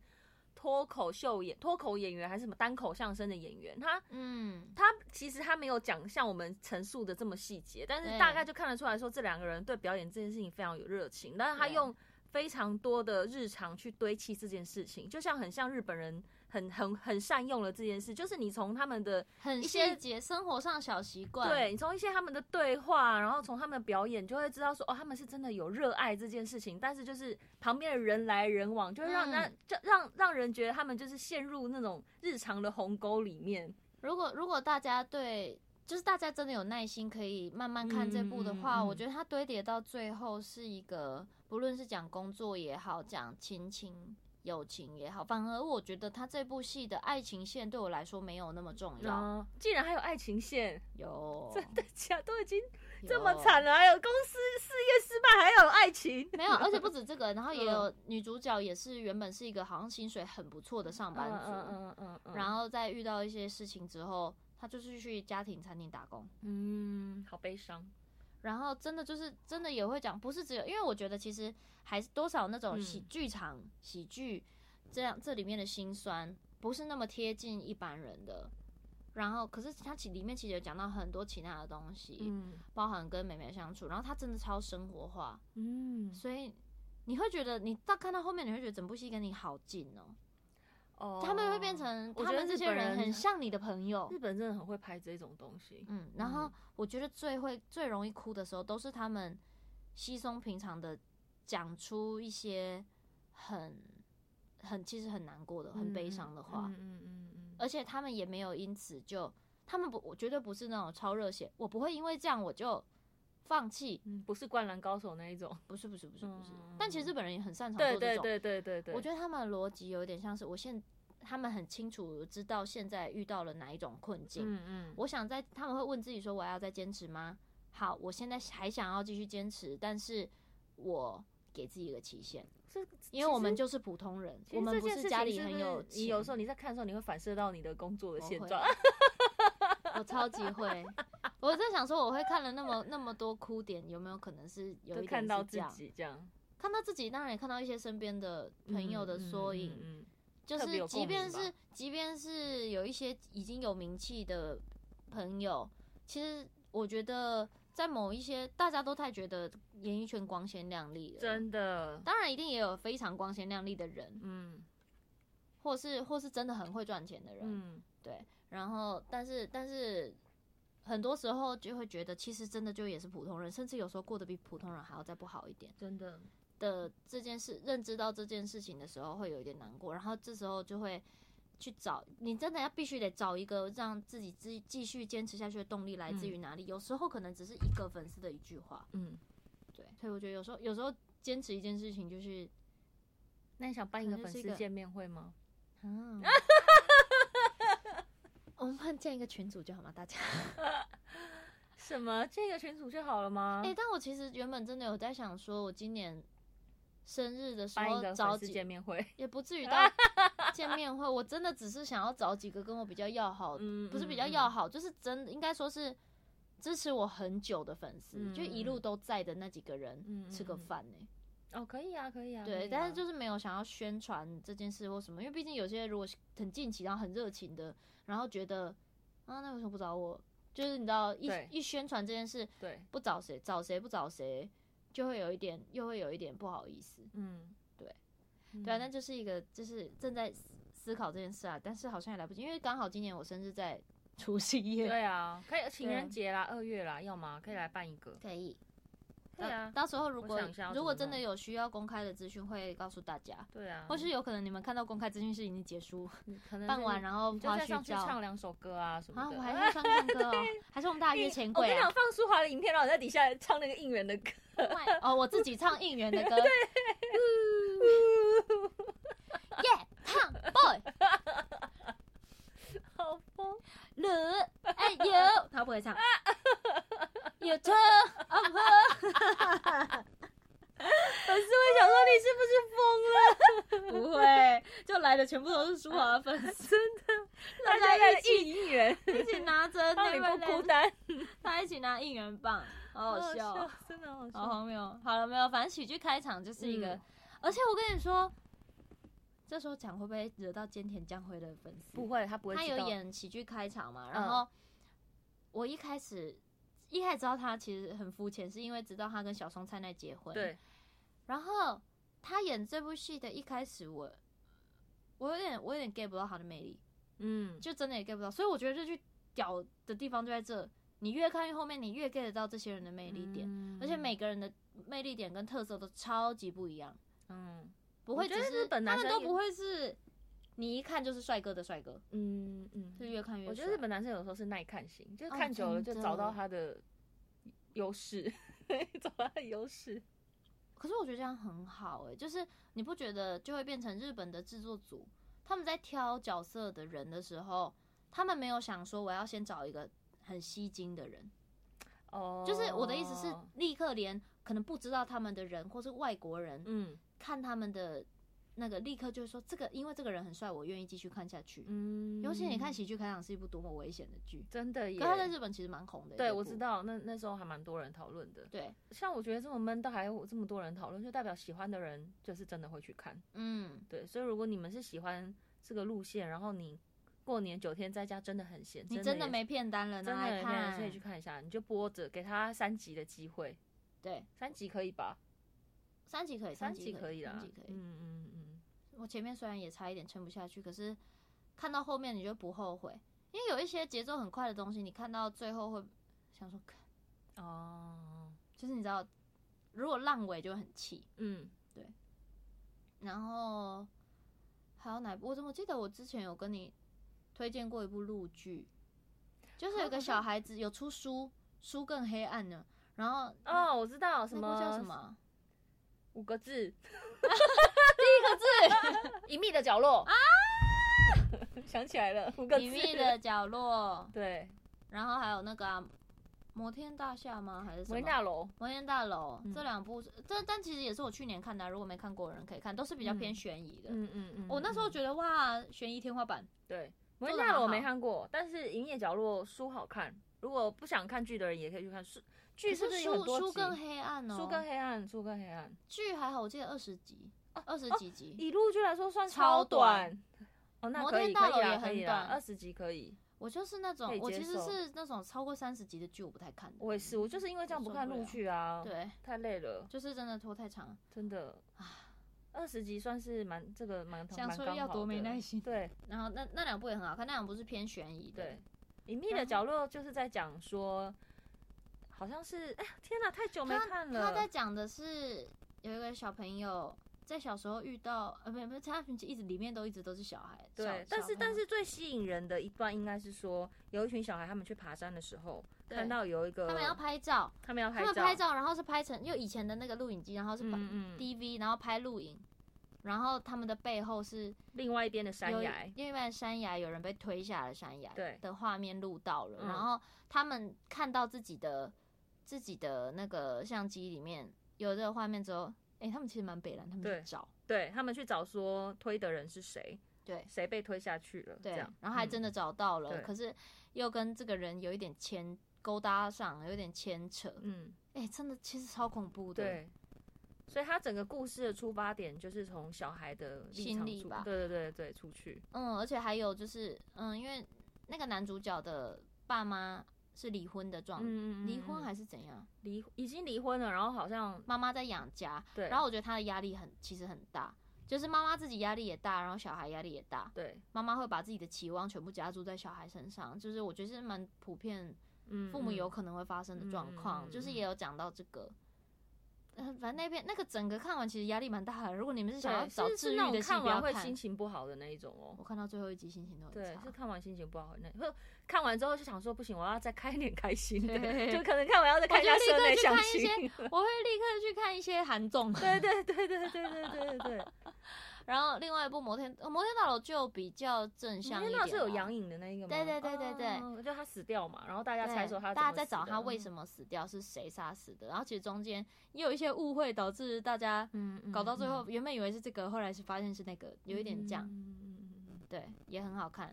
S2: 脱口秀演脱口演员还是什么单口相声的演员，他。
S3: 嗯，
S2: 他其实他没有讲像我们陈述的这么细节，但是
S3: 对
S2: 大概就看得出来说这两个人对表演这件事情非常有热情，但是他
S3: 对
S2: 用非常多的日常去堆砌这件事情，就像很像日本人很很很善用了这件事，就是你从他们的
S3: 很
S2: 一些
S3: 细节，生活上小习惯，
S2: 对你从一些他们的对话，然后从他们的表演，就会知道说哦，他们是真的有热爱这件事情，但是就是旁边的人来人往，就会让人家、
S3: 嗯
S2: 就让让人觉得他们就是陷入那种日常的鸿沟里面。
S3: 如果如果大家对，就是大家真的有耐心，可以慢慢看这部的话，
S2: 嗯嗯嗯嗯
S3: 我觉得它堆叠到最后是一个，不论是讲工作也好，讲亲情、友情也好，反而我觉得它这部戏的爱情线对我来说没有那么重要。
S2: 后竟然还有爱情线， (laughs)
S3: 有
S2: 真的假？都已经
S3: 哦有
S2: 这么惨了，还有公司事业失败，还有爱情。
S3: 没有，而且不止这个，然后
S2: (laughs)
S3: 也有
S2: 嗯
S3: 女主角也是原本是一个好像薪水很不错的上班族，
S2: 嗯嗯嗯
S3: 然后在遇到一些事情之后，她就是去家庭餐厅打工。
S2: 嗯，好悲伤。
S3: 然后真的就是真的也会讲，不是只有，因为我觉得其实还是多少那种
S2: 嗯
S3: 喜剧场、喜剧这样这里面的辛酸，不是那么贴近一般人的。然后，可是它其里面其实有讲到很多其他的东西，
S2: 嗯
S3: 包含跟妹妹相处，然后它真的超生活化，
S2: 嗯，
S3: 所以你会觉得你到看到后面，你会觉得整部戏跟你好近哦，
S2: 哦
S3: 他们会变成
S2: 我
S3: 他
S2: 觉得
S3: 们这
S2: 日
S3: 些
S2: 本
S3: 人
S2: 人
S3: 很像你的朋友
S2: 日，本真的很会拍这种东西。
S3: 嗯，然后
S2: 嗯
S3: 我觉得最会、最容易哭的时候，都是他们稀松平常的讲出一些很很其实很难过的、很悲伤的话，
S2: 嗯嗯嗯嗯嗯，
S3: 而且他们也没有因此就，他们不，我绝对不是那种超热血，我不会因为这样我就放弃，
S2: 嗯，不是灌篮高手那一种，
S3: 不是不是不是
S2: 嗯
S3: 不是。但其实日本人 (laughs) 也很擅长
S2: 对
S3: 做
S2: 对
S3: 这种，
S2: 对对对对，
S3: 我觉得他们的逻辑有点像是我现，他们很清楚知道现在遇到了哪一种困境，
S2: 嗯嗯，
S3: 我想在他们会问自己说我要再坚持吗？好，我现在还想要继续坚持，但是我给自己一个期限，
S2: 是
S3: 因为我们就是普通人，我们不是家里很
S2: 有
S3: 有
S2: 你
S3: 钱，
S2: 时候你在看的时候，你会反射到你的工作的
S3: 我
S2: 现
S3: 会
S2: 状， (laughs)
S3: 我超级会。我在想说，我会看了那么那么多哭点，有没有可能是有
S2: 就
S3: 一点
S2: 看
S3: 是
S2: 到
S3: 这
S2: 自
S3: 样
S2: 己这样，
S3: 看到自己，当然也看到一些身边的朋友的
S2: 嗯
S3: 缩影。
S2: 嗯嗯嗯
S3: 就
S2: 特别
S3: 是
S2: 有
S3: 即便
S2: 共鸣
S3: 是即便是有一些已经有名气的朋友，其实我觉得在某一些大家都太觉得演艺圈光鲜亮丽了，
S2: 真的，
S3: 当然一定也有非常光鲜亮丽的人，
S2: 嗯
S3: 或是或是真的很会赚钱的人，
S2: 嗯，
S3: 对。然后，但是但是很多时候就会觉得，其实真的就也是普通人，甚至有时候过得比普通人还要再不好一点。
S2: 真的，
S3: 的这件事，认知到这件事情的时候，会有一点难过，然后这时候就会去找你真的要必须得找一个让自己继继续坚持下去的动力来自于哪里。有时候可能只是一个粉丝的一句话，
S2: 嗯。
S3: 对，所以我觉得有时候有时候坚持一件事情就是，
S2: 那你想办一个
S3: 可能
S2: 粉
S3: 是一
S2: 丝
S3: 个
S2: 见面会吗？
S3: 嗯， (laughs) 我们换建一个群组就好吗？大家？
S2: 什么？这个群组就好了吗？
S3: 哎、但我其实原本真的有在想说，我今年生日的时
S2: 办一
S3: 候
S2: 个
S3: 找
S2: 粉丝
S3: 几
S2: 见面会，
S3: 也不
S2: (laughs)
S3: 至于到见面会，我真的只是想要找几个跟我比较要好，
S2: 嗯
S3: 不是比较要，好，就是真的应该说是支持我很久的粉丝，
S2: 嗯
S3: 就一路都在的那几个
S2: 嗯
S3: 人
S2: 嗯
S3: 吃个饭呢、
S2: 嗯嗯哦，可以啊，可以啊，可
S3: 对，
S2: 以
S3: 但
S2: 啊
S3: 是就是没有想要宣传这件事或什么，因为毕竟有些如果很近期，然后很热情的，然后觉得啊，那为什么不找我？就是你知道一
S2: 对
S3: 一宣传这件事，
S2: 对，
S3: 不找谁，找谁不找谁，就会有一点，又会有一点不好意思。
S2: 嗯，
S3: 对
S2: 嗯，
S3: 对啊，那就是一个就是正在思思考这件事啊，但是好像也来不及，因为刚好今年我生日
S2: (laughs)
S3: 在除夕夜，
S2: 对啊，可以情人
S3: 对
S2: 节啦，二月啦，要吗？可以来办一个，
S3: 可以。
S2: 对啊
S3: 到到时候如
S2: 我
S3: 果
S2: 想一下要怎么
S3: 如果真的有需要公开的资讯，会告诉大家，
S2: 对啊，
S3: 或是有可能你们看到公开资讯是已经结束
S2: 你可能
S3: 办
S2: 是
S3: 完，然后
S2: 嗯你就
S3: 花
S2: 再
S3: 絮
S2: 上去唱
S3: 照
S2: 两首歌啊什么
S3: 啊，
S2: 的。
S3: 我还要上去唱
S2: (laughs)
S3: 歌哦，还是我们大家约钱
S2: 我跟
S3: 柜
S2: 你
S3: 啊
S2: 讲，？放舒华的影片，然后我在底下唱那个应援的歌，
S3: 哦，我自己唱应援的
S2: (laughs)
S3: 歌，耶，唱 boy
S2: 好疯！
S3: 鲁哎呦，他不会
S2: (laughs)
S3: 唱，有车啊呵。
S2: (laughs) 粉丝会想说你是不是疯了？
S1: (laughs) 不会，就来的全部都是舒华的粉丝，
S2: (laughs)
S1: 真的，
S2: 大
S1: 大
S2: 家
S1: 家
S2: 在
S1: 一起
S2: 应援，
S1: 一起拿着
S2: 让
S1: 那
S2: 你
S1: 个
S2: 不孤，单，
S1: 大家一起拿应援棒，好好笑哦，，
S2: 真的好
S3: 好
S2: 笑。
S3: 荒谬。好了没有？反正喜剧开场就是一个，
S2: 嗯
S3: 而且我跟你说，这时候讲会不会惹到菅田将晖的粉丝？
S2: 不会，他不会
S3: 他
S2: 知道。
S3: 有演喜剧开场嘛？
S2: 嗯
S3: 然后我一开始一开始知道他其实很肤浅，是因为知道他跟小松菜奈结婚。
S2: 对，
S3: 然后他演这部戏的一开始我，我有点我有点 get 不到他的魅力，
S2: 嗯，
S3: 就真的也 get 不到。所以我觉得这句屌的地方就在这，你越看越后面，你越 get 得到这些人的魅力点。
S2: 嗯
S3: 而且每个人的魅力点跟特色都超级不一样，
S2: 嗯
S3: 不会
S2: 我觉
S3: 只
S2: 得
S3: 是
S2: 日本
S3: 他
S2: 男
S3: 们
S2: 生
S3: 都
S2: 也
S3: 不会是你一看就是帅哥的帅哥，
S2: 嗯嗯
S3: 就，越看越帅。
S2: 我觉得日本男生有时候是耐看型，就是
S3: 哦
S2: 看久了就
S3: 真的
S2: 找到他的优势， (laughs) 找到他的优势。
S3: 可是我觉得这样很好哎、就是你不觉得就会变成日本的制作组，他们在挑角色的人的时候，他们没有想说我要先找一个很吸睛的人，
S2: 哦，
S3: 就是我的意思是立刻连可能不知道他们的人或是外国人
S2: 嗯
S3: 看他们的那个立刻就是说这个因为这个人很帅，我愿意继续看下去。
S2: 嗯，
S3: 尤其你看喜剧开场是一部多么危险的剧，
S2: 真的耶
S3: 可，它在日本其实蛮红的。
S2: 对
S3: 这部
S2: 我知。道，那那时候还蛮多人讨论的。
S3: 对，
S2: 像我觉得这么闷，但还有这么多人讨论，就代表喜欢的人就是真的会去看。
S3: 嗯，
S2: 对，所以如果你们是喜欢这个路线，然后你过年九天在家真的很闲，
S3: 你
S2: 真
S3: 真
S2: 的
S3: 的
S2: 也
S3: 没骗单了，
S2: 真
S3: 拿
S2: 的
S3: 来
S2: 也没有人
S3: 看
S2: 可以去。看一下，你就播着给他三集的机会，
S3: 对，
S2: 三集可以吧？
S3: 三集可以，
S2: 三
S3: 集
S2: 可
S3: 以，
S2: 以啦，
S3: 三集可以。
S2: 嗯嗯嗯，
S3: 我前面虽然也差一点撑不下去，可是看到后面你就不后悔，因为有一些节奏很快的东西，你看到最后会想说，干
S2: 嗯哦，
S3: 就是你知道，如果烂尾就会很气。
S2: 嗯
S3: 然后还有哪一部？我怎么记得我之前有跟你推荐过一部陆剧，就是
S2: 啊
S3: 有一个小孩子有出书，书更黑暗呢。然后那，
S2: 哦，我知道什
S3: 那部
S2: 么
S3: 叫什么？
S2: 五个字，
S3: 第一个字
S2: 隐秘的角落啊， (laughs) 想起来了，五个
S3: 《
S2: 字
S3: 隐秘的角落》，
S2: (laughs) 对，
S3: 然后还有那个、啊《摩天大厦》吗？还是什
S2: 摩
S3: 么？
S2: 天大楼，
S3: 摩天大楼、
S2: 嗯
S3: 这两部是，这但其实也是我去年看的啊、如果没看过的人可以看，都是比较偏悬疑的。
S2: 嗯嗯嗯
S3: 我那时候觉得哇，悬疑天花板，
S2: 对摩天
S3: 得
S2: 大楼我
S3: 很
S2: 没
S3: 好
S2: 看过，但是《营业角落》书好看，如果不想看剧的人也可以去看书，剧是
S3: 可
S2: 不
S3: 是
S2: 有很
S3: 书
S2: 多
S3: 书
S2: 集？
S3: 更黑暗哦，
S2: 书更黑哦暗，书更黑暗，
S3: 剧还好，我记得二十集，二十几集。
S2: 以陆剧来说算
S3: 超
S2: 超短。哦，那
S3: 摩
S2: 可
S3: 天
S2: 以，
S3: 大
S2: 可
S3: 楼
S2: 以啊，
S3: 也
S2: 可以
S3: 很
S2: 啊，
S3: 短
S2: 二十集可以。
S3: 我就是那
S2: 可
S3: 种
S2: 以，
S3: 我
S2: 接
S3: 其实
S2: 受
S3: 是那种超过三十集的剧我不太看的。
S2: 我也是，我就是因为这样
S3: 我
S2: 不
S3: 受
S2: 看
S3: 不
S2: 陆
S3: 了
S2: 剧啊，，
S3: 对，
S2: 太累了，
S3: 就是真的拖太长了。
S2: 真的。二十集算是蛮这个蛮
S3: 啊想
S2: 蛮
S3: 说
S2: 刚
S3: 要
S2: 好
S3: 多没
S2: 的
S3: 耐心
S2: 对
S3: 然后那那两部也很好看，那两部是偏悬疑的。
S2: 对，隐秘的
S3: 然
S2: 角落就是在讲说，好像是哎呀天哪，太久没看了。
S3: 他在讲的是有一个小朋友在小时候遇到，呃，不不，他一直里面都一直都是小孩。
S2: 对
S3: 小，
S2: 但
S3: 小
S2: 是
S3: 朋
S2: 但
S3: 友
S2: 是最吸引人的一段应该是说，有一群小孩他们去爬山的时候，
S3: 对
S2: 看到有一个
S3: 他们要拍照，
S2: 他们要
S3: 他
S2: 拍
S3: 们
S2: 照，
S3: 拍照，然后是拍成用以前的那个录影机，然后是把
S2: 嗯嗯
S3: DV，然后拍录影，然后他们的背后是
S2: 另外一边的山
S3: 有
S2: 崖，
S3: 另外山崖有人被推下了山崖，
S2: 对
S3: 的画面录到了，
S2: 嗯
S3: 然后他们看到自己的自己的那个相机里面有这个画面之后，哎、他们其实蛮北蓝，他们
S2: 对
S3: 去找，
S2: 对他们去找说推的人是谁，
S3: 对
S2: 谁被推下去了，
S3: 对
S2: 这样，，
S3: 然后还
S2: 嗯
S3: 真的找到了，
S2: 对
S3: 可是又跟这个人有一点牵勾搭上，有点牵扯，
S2: 嗯
S3: 哎、真的其实超恐怖的，
S2: 对。所以他整个故事的出发点就是从小孩的立
S3: 心
S2: 场
S3: 理
S2: 出
S3: 吧，
S2: 对对对对，出去，
S3: 嗯，而且还有就是，嗯，因为那个男主角的爸妈是离婚的状态。
S2: 嗯
S3: 哦离婚还
S2: 是
S3: 是怎样？
S2: 离已经离婚了，然后好像
S3: 妈妈在养家，
S2: 对，
S3: 然后我觉得他的压力很，其实很大，就是妈妈自己压力也大，然后小孩压力也大，
S2: 对，
S3: 妈妈会把自己的期望全部加注在小孩身上，就是我觉得是蛮普遍
S2: 嗯，
S3: 父母
S2: 嗯
S3: 有可能会发生的状况，
S2: 嗯嗯嗯
S3: 就是也有讲到这个。呃反正那边那个整个看完其实压力蛮大的。如果你们是想要
S2: 对，
S3: 找
S2: 是
S3: 治
S2: 是
S3: 愈
S2: 那
S3: 的
S2: 种
S3: 戏，
S2: 看
S3: 不
S2: 完
S3: 要
S2: 会
S3: 看
S2: 心。情不好的那一种哦
S3: 我。看到最后一集心情都很
S2: 对，
S3: 差
S2: 是。看完心情不好，那或看完之后就想说不行，我要再看一点开心
S3: (laughs)
S2: 的，
S3: 对
S2: 就可能看完要再看一下
S3: 我就立刻
S2: 室内
S3: 去
S2: 相
S3: 看一
S2: 亲
S3: 些。我会立刻去看一些韩综。
S2: 对 (laughs) 对对对对对对对对，
S3: (laughs) 然后另外一部《摩天》呃《摩天大楼》就比较正向一点
S2: 天道
S3: 啦。
S2: 是有杨颖的那一个吗？
S3: 对对对对对
S2: 哦就他死掉嘛，然后大家
S3: 对
S2: 猜说他
S3: 大家在找他
S2: 他
S3: 为什么死掉，是谁杀死的。然后其实中间也有一些误会，导致大家
S2: 嗯嗯
S3: 搞到最后，原本以为是这个，后来是发现是那个，有一点这样。
S2: 嗯嗯嗯嗯嗯
S3: 对，也很好看，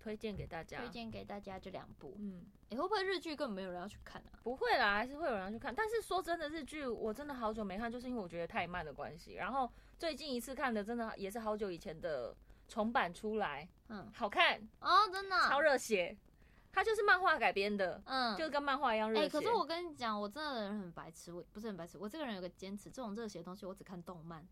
S2: 推荐给大家。
S3: 推荐给大家这两部。
S2: 嗯，
S3: 哎、会不会日剧根本没有人要去看啊？
S2: 不会啦，还是会有人去看。但是说真的，日剧我真的好久没看，就是因为我觉得太慢的关系。然后最近一次看的，真的也是好久以前的重版出来，
S3: 嗯，
S2: 好看，
S3: 哦，真的啊、
S2: 超热血。它就是漫画改编的，
S3: 嗯，
S2: 就是跟漫画一样热
S3: 哎、
S2: 血。
S3: 可是我跟你讲，我真的人很白痴，我不是很白痴，我这个人有个坚持，这种热血的东西我只看动漫，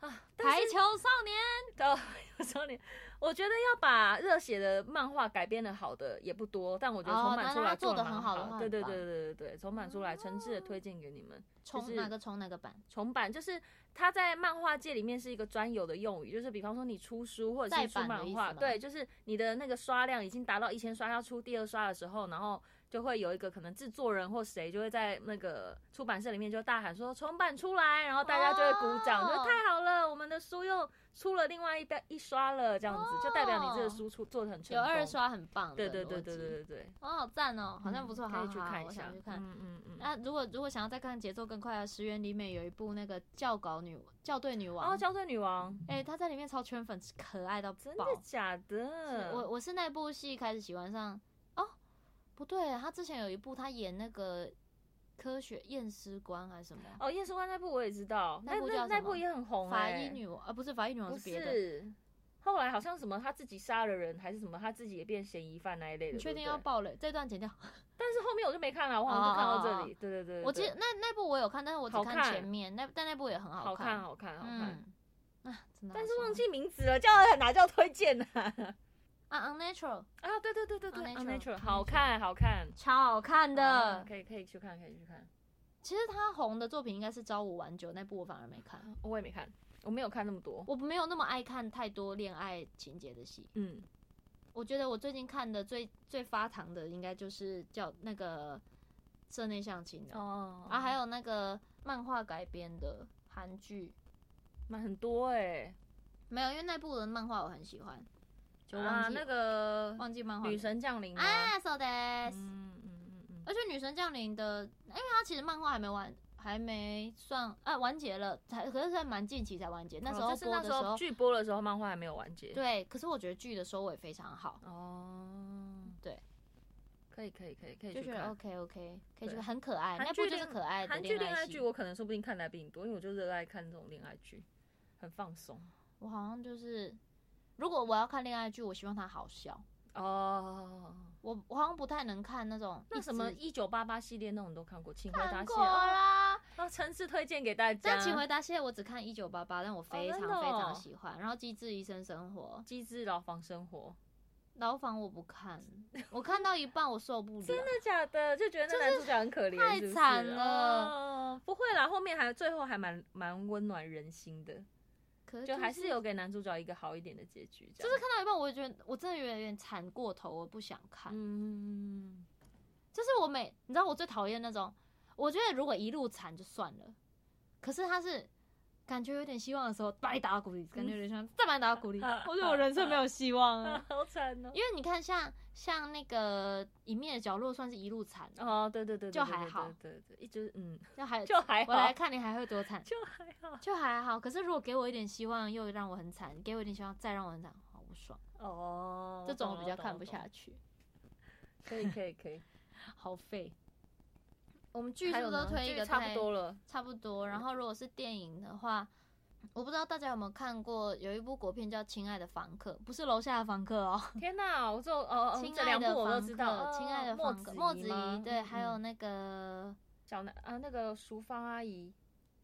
S2: 啊，
S3: 《排
S2: 但是
S3: 球少年》
S2: 到有时候你， (laughs) 我觉得要把热血的漫画改编的好的也不多，但我觉得
S3: 哦
S2: 重版出
S3: 那
S2: 来
S3: 它做
S2: 得
S3: 得
S2: 蛮
S3: 很好的
S2: 的
S3: 话
S2: 对对
S3: 很
S2: 对对对对，重版出来，诚挚的推荐给你们。
S3: 冲、
S2: 是
S3: 哪个冲哪个版，
S2: 重版就是它在漫画界里面是一个专有的用语，就是比方说你出书或者是
S3: 再
S2: 出
S3: 版的
S2: 漫
S3: 意思
S2: 画，
S3: 吗
S2: 对，就是你的那个刷量已经达到一千刷，要出第二刷的时候，然后就会有一个可能制作人或谁就会在那个出版社里面就大喊说重版出来，然后大家就会鼓掌，
S3: 哦
S2: 就太好了，我们的书又出了另外一代一刷了，这样子就代表你这个书出做的很成
S3: 哦有
S2: 功。
S3: 二，刷很棒
S2: 对
S3: 的
S2: 对对
S3: 逻
S2: 对
S3: 辑
S2: 对对对，
S3: 哦，好赞哦，好像不错，
S2: 嗯
S3: 好
S2: 可
S3: 好
S2: 以去
S3: 好
S2: 看一
S3: 我
S2: 下
S3: 想去，看。
S2: 嗯嗯嗯。
S3: 那如果如果想要再看节奏更快的，石原里美有一部那个教稿女校对女王，
S2: 哦，校对女王，
S3: 哎、她在里面超圈粉，可爱到
S2: 真的
S3: 爆。
S2: 假的？
S3: 我我是那部戏开始喜欢上，哦，不对，她之前有一部她演那个科学验尸官还是什么，
S2: 哦，《验尸官》那部我也知道，
S3: 那
S2: 那
S3: 部
S2: 那
S3: 叫
S2: 那
S3: 什么
S2: 部也很红、欸。
S3: 法医女王啊，不是法医女王
S2: 不
S3: 是别的。
S2: 是，后来好像什么他自己杀了人，还是什么他自己也变嫌疑犯那一类的。
S3: 你确
S2: 对
S3: 定
S2: 不
S3: 要
S2: 对？
S3: 爆雷？这段剪掉。
S2: 但是后面我就没看了，我好像就看到
S3: 哦哦
S2: 这
S3: 哦
S2: 里。对对对对
S3: 我记得那那部我有看，但是我只
S2: 好
S3: 看
S2: 看
S3: 前面，那但那部也很
S2: 好看，
S3: 看，
S2: 好看，好看。
S3: 嗯，啊，真的好喜欢。
S2: 但是忘记名字了，叫哪叫推荐呢、 (laughs) 啊？
S3: 啊，Unnatural
S2: 对对对对对
S3: Unnatural，
S2: ，Unnatural，
S3: Unnatural
S2: 好看，好看。
S3: 超好看的。
S2: 啊可以可以去看，可以去看。嗯
S3: 其实他红的作品应该是《朝五晚九》那部，我反而没看。
S2: 我也没看，我没有看那么多。
S3: 我没有那么爱看太多恋爱情节的戏。
S2: 嗯，
S3: 我觉得我最近看的最最发糖的，应该就是叫那个社内相亲的、
S2: 哦
S3: 啊，还有那个漫画改编的韩剧，
S2: 蛮很多哎、
S3: 没有，因为那部的漫画我很喜欢，就忘
S2: 啊，
S3: 记、
S2: 那个
S3: 忘记漫画
S2: 女
S3: 名
S2: 神降临吗
S3: 啊，so t h a
S2: 嗯嗯嗯嗯，
S3: 而且《女神降临》的，因为它其实漫画还没完，还没算啊完结了，才可是还蛮近期才完结。那时
S2: 哦
S3: 候
S2: 就是
S3: 播
S2: 那
S3: 的
S2: 时候
S3: 候，
S2: 剧播的时候，漫画还没有完结。，
S3: 对，可是我觉得剧的收尾非常好，
S2: 嗯哦，
S3: 对，
S2: 可以可以可以可以
S3: 就
S2: 去
S3: 觉得
S2: 看。
S3: OK OK，可以
S2: 对
S3: 觉得很可爱，
S2: 韩
S3: 那部
S2: 剧
S3: 就是
S2: 恋
S3: 可爱的
S2: 韩剧恋哦爱
S3: 戏
S2: 剧我可能说不定看的还比你多，因为我就热爱看这种恋爱剧，很放松。
S3: 我好像就是，如果我要看恋爱剧，我希望它好笑。
S2: 哦，
S3: 我我好像不太能看那种
S2: 那
S3: 一
S2: 什么
S3: 直
S2: 一九八八系列那种都看过，请回答
S3: 看
S2: 谢
S3: 过啦，
S2: 那诚挚推荐给大家。
S3: 但请回答谢谢我只看一九八八，但我非常
S2: 真的哦
S3: 非常喜欢。然后《机智医生生活》
S2: 机智牢房生活，
S3: 牢房我不看，我看到一半我受不了，
S2: (laughs) 真的假的？就觉得那男主角很可怜，
S3: 太
S2: 是不是
S3: 惨了
S2: 哦不会啦，后面还最后还蛮蛮温暖人心的，
S3: 可是
S2: 就还
S3: 是
S2: 是有给男主角一个好一点的结局。就
S3: 就是看到一半，我就觉得我真的有点惨过头，我不想看。
S2: 嗯，
S3: 就是我每你知道我最讨厌那种，我觉得如果一路惨就算了，可是他是感觉有点希望的时候，把你打到谷底，感觉有点像再把你打到
S2: (laughs)
S3: 谷底，我觉得我人生没有希望啊。
S2: 好惨哦。
S3: 因为你看像，像那个《隐秘的角落》算是一路惨，
S2: 哦，对对对，对
S3: 就还好
S2: 对对对，对一直嗯，
S3: 那还
S2: (laughs) 就还
S3: 我来
S2: 好，
S3: 看你还会多惨，
S2: 就还好。
S3: 就还好。可是如果给我一点希望，又让我很惨；给我一点希望，再让我很惨，好不爽。
S2: 哦，
S3: 这种我比较看不
S2: 懂
S3: 下
S2: 了。
S3: 去，
S2: 懂了懂了可以可以可以，
S3: 好废。我们 (laughs) 剧
S2: 还
S3: 是不
S2: 有
S3: 是都
S2: 呢
S3: 推一
S2: 剧
S3: 个
S2: 差
S3: 太
S2: 不
S3: (laughs)
S2: 多了。
S3: 差不多。然后如果是电影的话，我不知道大家有没有看过，有一部国片叫《亲爱的房客》，不是楼下的房客哦，
S2: 天哪，我这哦哦，
S3: 亲
S2: 这
S3: 爱
S2: 两
S3: 的
S2: 部我都
S3: 房
S2: 知道。
S3: 客》，亲爱的
S2: 哦
S3: 房客，莫
S2: 子
S3: 子
S2: 仪吗
S3: 仪，对，还有
S2: 嗯
S3: 那个，
S2: 小南啊，那个淑芳阿姨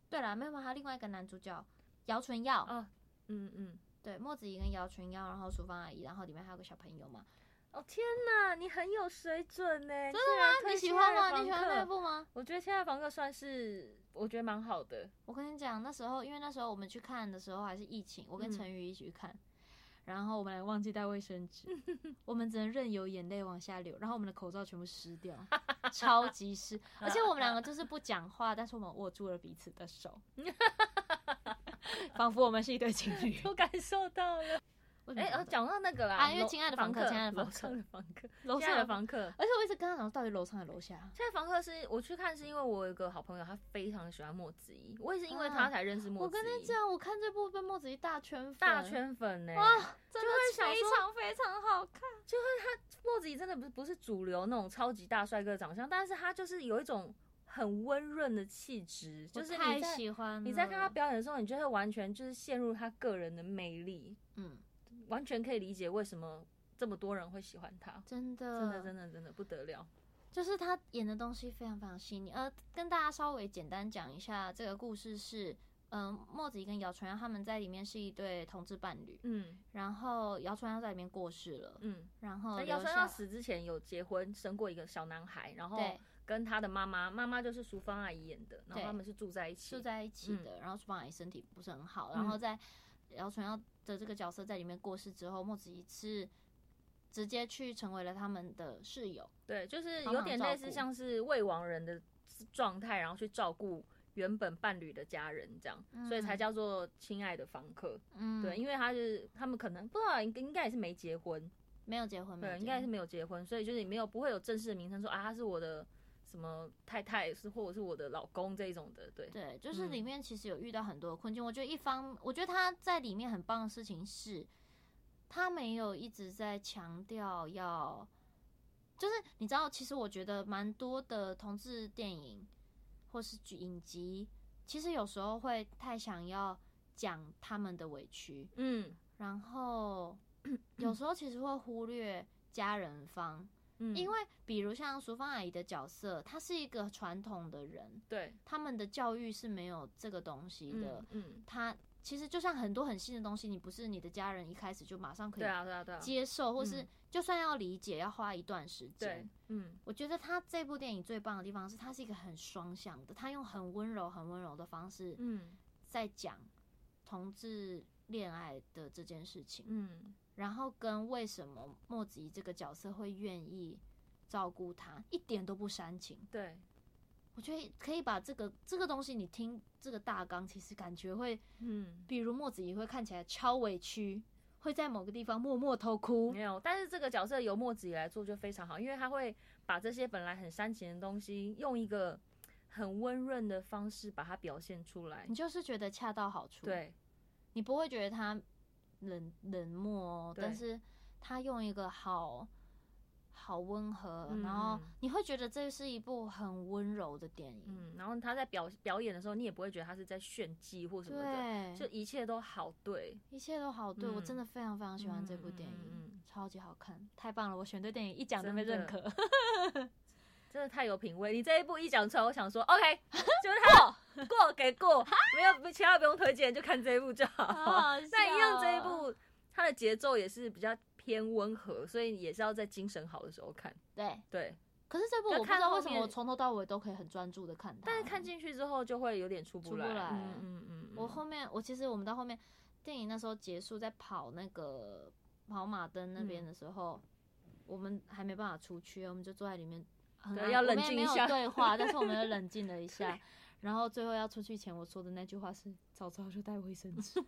S3: 对啦，没有吗？还有另外一个男主角姚纯耀，
S2: 啊，嗯嗯，
S3: 对，莫子仪跟姚纯耀，然后淑芳阿姨，然后里面还有个小朋友嘛，
S2: 哦天哪，你很有水准呢！真的
S3: 你喜欢吗？你喜欢那？部吗？
S2: 我觉得《亲爱的房客》算是我觉得蛮好的，
S3: 我跟你讲，那时候因为那时候我们去看的时候还是疫情，我跟
S2: 嗯
S3: 陈宇一起去看，然后我们还忘记带卫生
S2: (laughs)
S3: 纸，我们只能任由眼泪往下流，然后我们的口罩全部湿掉， (laughs) 超级湿，
S2: (laughs)
S3: 而且我们两个就是不讲话，但是我们握住了彼此的手，
S2: (laughs)
S3: 仿佛我们是一对情侣。
S2: (laughs) 我感受到了。
S3: 为什么
S2: 哎，
S3: 这
S2: 哦，
S3: 样
S2: 讲到那个啦，
S3: 啊因为
S2: 楼
S3: 亲爱的
S2: 房
S3: 房客亲爱的
S2: 楼
S3: 房客
S2: 上的房客，
S3: (laughs) 楼
S2: 亲爱
S3: 上
S2: 的
S3: 的
S2: 房客。
S3: 而且我一直跟他讲，到底楼上还是楼下？
S2: 现在房客是我去看，是因为我有一个好朋友，他非常喜欢莫子仪，我也是因为他
S3: 啊
S2: 才认识莫
S3: 我
S2: 子仪。
S3: 跟你讲，我看这部被墨子一大圈粉，
S2: 大圈粉欸呢、
S3: 哇，真的
S2: 会想
S3: 非
S2: 说
S3: 常非常好看。
S2: 莫子仪真的不是不是主流那种超级大帅哥的长相，但是他就是有一种很温润的气质，
S3: 我
S2: 就是
S3: 太
S2: 你在
S3: 喜欢
S2: 你在看他
S3: 了，
S2: 表演的时候，你就会完全就是陷入他个人的魅力，
S3: 嗯，
S2: 完全可以理解为什么这么多人会喜欢他。
S3: 真的
S2: 真的真的真的不得了，
S3: 就是他演的东西非常非常细腻。呃，跟大家稍微简单讲一下，这个故事是，嗯、墨子怡跟姚传耀他们在里面是一对同志伴侣，
S2: 嗯
S3: 然后姚传耀在里面过世了，哦
S2: 嗯。
S3: 然后
S2: 那
S3: 姚
S2: 姚
S3: 传
S2: 春耀死哦之前有结婚，生过一个小男孩，然后
S3: 对
S2: 跟他的妈妈，妈妈就是淑芳阿姨演的，然后
S3: 对
S2: 他们是住在一起，
S3: 住在一起的，然后淑芳阿姨身体不是很好，然
S2: 嗯
S3: 后在姚传耀的这个角色在里面过世之后，墨子怡是直接去成为了他们的室友，
S2: 对，就是
S3: 帮
S2: 有
S3: 忙
S2: 点
S3: 照
S2: 类似
S3: 顾
S2: 像是未亡人的状态，然后去照顾原本伴侣的家人这样，所以才
S3: 嗯
S2: 叫做亲爱的房客。
S3: 嗯，
S2: 对，因为他是他们可能不知道，应应该也是没结婚，
S3: 没有结婚，没有
S2: 对，
S3: 结
S2: 应该是
S3: 婚
S2: 没有结婚，所以就是你没有不会有正式的名称说啊，他是我的什么太太，是或者是我的老公这一种的，对，
S3: 对，就是里
S2: 嗯
S3: 面其实有遇到很多的困境。我觉得一方，我觉得他在里面很棒的事情是，他没有一直在强调要，就是你知道，其实我觉得蛮多的同志电影或是剧影集，其实有时候会太想要讲他们的委屈，
S2: 嗯
S3: 然
S2: (clears throat)
S3: 后有时候其实会忽略家人方，
S2: 嗯，
S3: 因为比如像淑芳阿姨的角色，她是一个传统的人。
S2: 对，
S3: 他们的教育是没有这个东西的
S2: 嗯。嗯，
S3: 他其实就像很多很新的东西，你不是你的家人一开始就马上可
S2: 对
S3: 以
S2: 啊对啊对啊，
S3: 接受，或是
S2: 嗯
S3: 就算要理解，要花一段时
S2: 对
S3: 间。，
S2: 嗯
S3: 我觉得他这部电影最棒的地方是，它是一个很双向的，他用很温柔、很温柔的方式
S2: 嗯
S3: 在讲同志恋爱的这件事情，
S2: 嗯，
S3: 然后跟为什么莫子仪这个角色会愿意照顾他，一点都不煽情。
S2: 对，
S3: 我觉得可以把这个这个东西，你听这个大纲，其实感觉会，
S2: 嗯，
S3: 比如莫子仪会看起来超委屈，会在某个地方默默偷哭
S2: 没。有。但是这个角色由墨子怡来做就非常好，因为他会把这些本来很煽情的东西，用一个很温润的方式把它表现出来
S3: 你。就是觉得恰到好处，，
S2: 对，
S3: 你不会觉得他冷冷漠哦，
S2: 对
S3: 但是他用一个好好温和，
S2: 嗯
S3: 然后你会觉得这是一部很温柔的电影，
S2: 嗯，然后他在表表演的时候，你也不会觉得他是在炫技或什么的，
S3: 对，
S2: 就一切都好对。
S3: 一切都好对、
S2: 嗯
S3: 我真的非常非常喜欢这部电影，
S2: 嗯嗯嗯嗯
S3: 超级好看，太棒了！我选对电影一讲都被
S2: 真
S3: 认
S2: 的
S3: 可， (laughs)
S2: 真的太有品味！你这一部一讲出来，我想说，OK，就是 (laughs) 它过给过，没有其他不用推荐，就看这一部就好。
S3: 好笑哦
S2: 但一样这一部，它的节奏也是比较偏温和，所以也是要在精神好的时候看。
S3: 对。
S2: 对，
S3: 可是这部
S2: 要
S3: 我不
S2: 看
S3: 知道
S2: 后
S3: 为什么
S2: 面
S3: 我从头到尾都可以很专注的看它，
S2: 但是看进去之后就会有哦点出不来。
S3: 出不来
S2: 嗯嗯嗯嗯，
S3: 我后面，我其实我们到后面电影那时候结束，在跑那个跑马灯那边的时候，我们还没办法出去，我们就坐在里面，很
S2: 对
S3: 安
S2: 要
S3: 我们
S2: 冷
S3: 也
S2: 静
S3: 没
S2: 一
S3: 有
S2: 下
S3: 对
S2: (laughs)
S3: 话，但是我们又冷静了一下。然后最后要出去前，我说的那句话是：早知道就带卫生纸。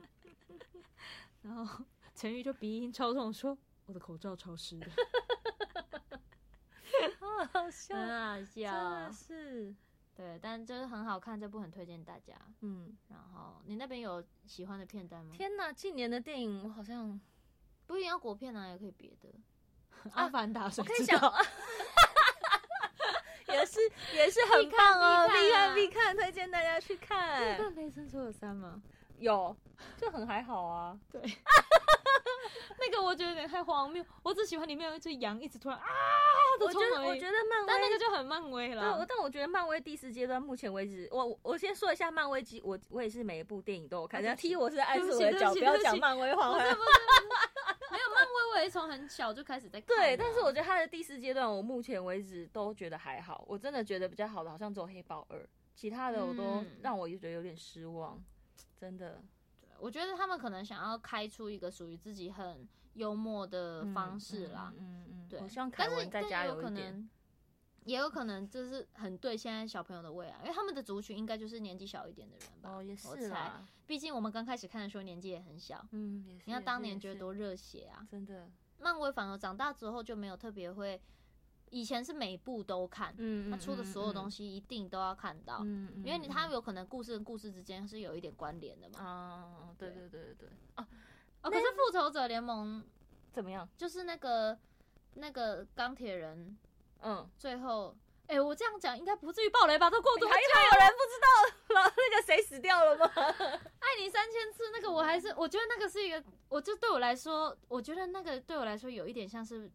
S3: (laughs) 然后陈玉就鼻音超重说：“我的口罩潮湿了。
S2: (laughs) 好好”笑，
S3: 很好
S2: 真
S3: 笑
S2: 的，是，
S3: 对，但就是很好看，这部很推荐大家。
S2: 嗯，
S3: 然后你那边有喜欢的片单吗？
S2: 天哪！近年的电影，我好像
S3: 不一定要国片啊，也可以别的。 (laughs) 阿凡达，啊我
S2: 我可以
S3: (laughs)
S2: 想，(laughs) 也是也是很
S3: 必看
S2: 棒哦，
S3: 必看
S2: 必看必看， (laughs) 推荐大家去
S3: 看
S2: 看。
S3: 《雷神索尔三》吗？
S2: 有，就很还好啊。
S3: (laughs) 那个我觉得有点太荒谬，我只喜欢里面有一只羊一直突然啊的
S2: 我觉
S3: 冲
S2: 得，
S3: 而
S2: 我
S3: 已
S2: 觉得漫
S3: 但
S2: 威，
S3: 啊那个就很漫威
S2: 对，我
S3: 了。
S2: 但我觉得漫威第四阶段目前为止，我我我先说一下漫威机，我我也是每一部电影都有看，
S3: 对
S2: 然
S3: 不
S2: 后
S3: 起
S2: 踢我是爱
S3: 对不
S2: 我
S3: 起
S2: 的
S3: 对不
S2: 脚，
S3: 起
S2: 不要
S3: 对不
S2: 讲
S3: 起
S2: 漫威话。
S3: 没有漫威，我也从很小就开始在看啊了。
S2: 对，但是我觉得他的第四阶段，我目前为止都觉得还好，我真的觉得比较好的，好像只有黑豹二，其他的我都
S3: 嗯
S2: 让我觉得有点失望，真的。
S3: 我觉得他们可能想要开出一个属于自己很幽默的
S2: 嗯
S3: 方式啦。
S2: 嗯嗯嗯嗯
S3: 对，
S2: 我希望凯
S3: 但是
S2: 文再
S3: 但
S2: 加
S3: 也
S2: 油
S3: 有可
S2: 一点。
S3: 能，也有可能这是很对现在小朋友的胃啊，因为他们的族群应该就是年纪小一点的人吧。
S2: 哦，也
S3: 我
S2: 是
S3: 猜，
S2: 啦，
S3: 毕竟我们刚开始看的时候年纪也很小。
S2: 嗯，也是。
S3: 你看
S2: 也
S3: 当
S2: 是
S3: 年
S2: 也
S3: 觉得
S2: 是
S3: 多热血啊！
S2: 真的，
S3: 漫威反而长大之后就没有特别会，以前是每部都看，
S2: 嗯
S3: 他出的所有东
S2: 西，
S3: 西一定都要看到，
S2: 嗯，嗯
S3: 因为你他
S2: 嗯
S3: 有可能故事跟故事之间是有一点关联的嘛。
S2: 啊，对对对对对，啊，
S3: 哦，可是复仇者联盟
S2: 怎么样？
S3: 就是那个那个钢铁人
S2: 嗯，
S3: 最后，哎、我这样讲应该不至于暴雷吧？都过多久
S2: 还有人不知道 (laughs) 那个谁死掉了吗？
S3: 爱你三千次那个，我还是我觉得那个是一个，我就对我来说，我觉得那个对我来说有一点像是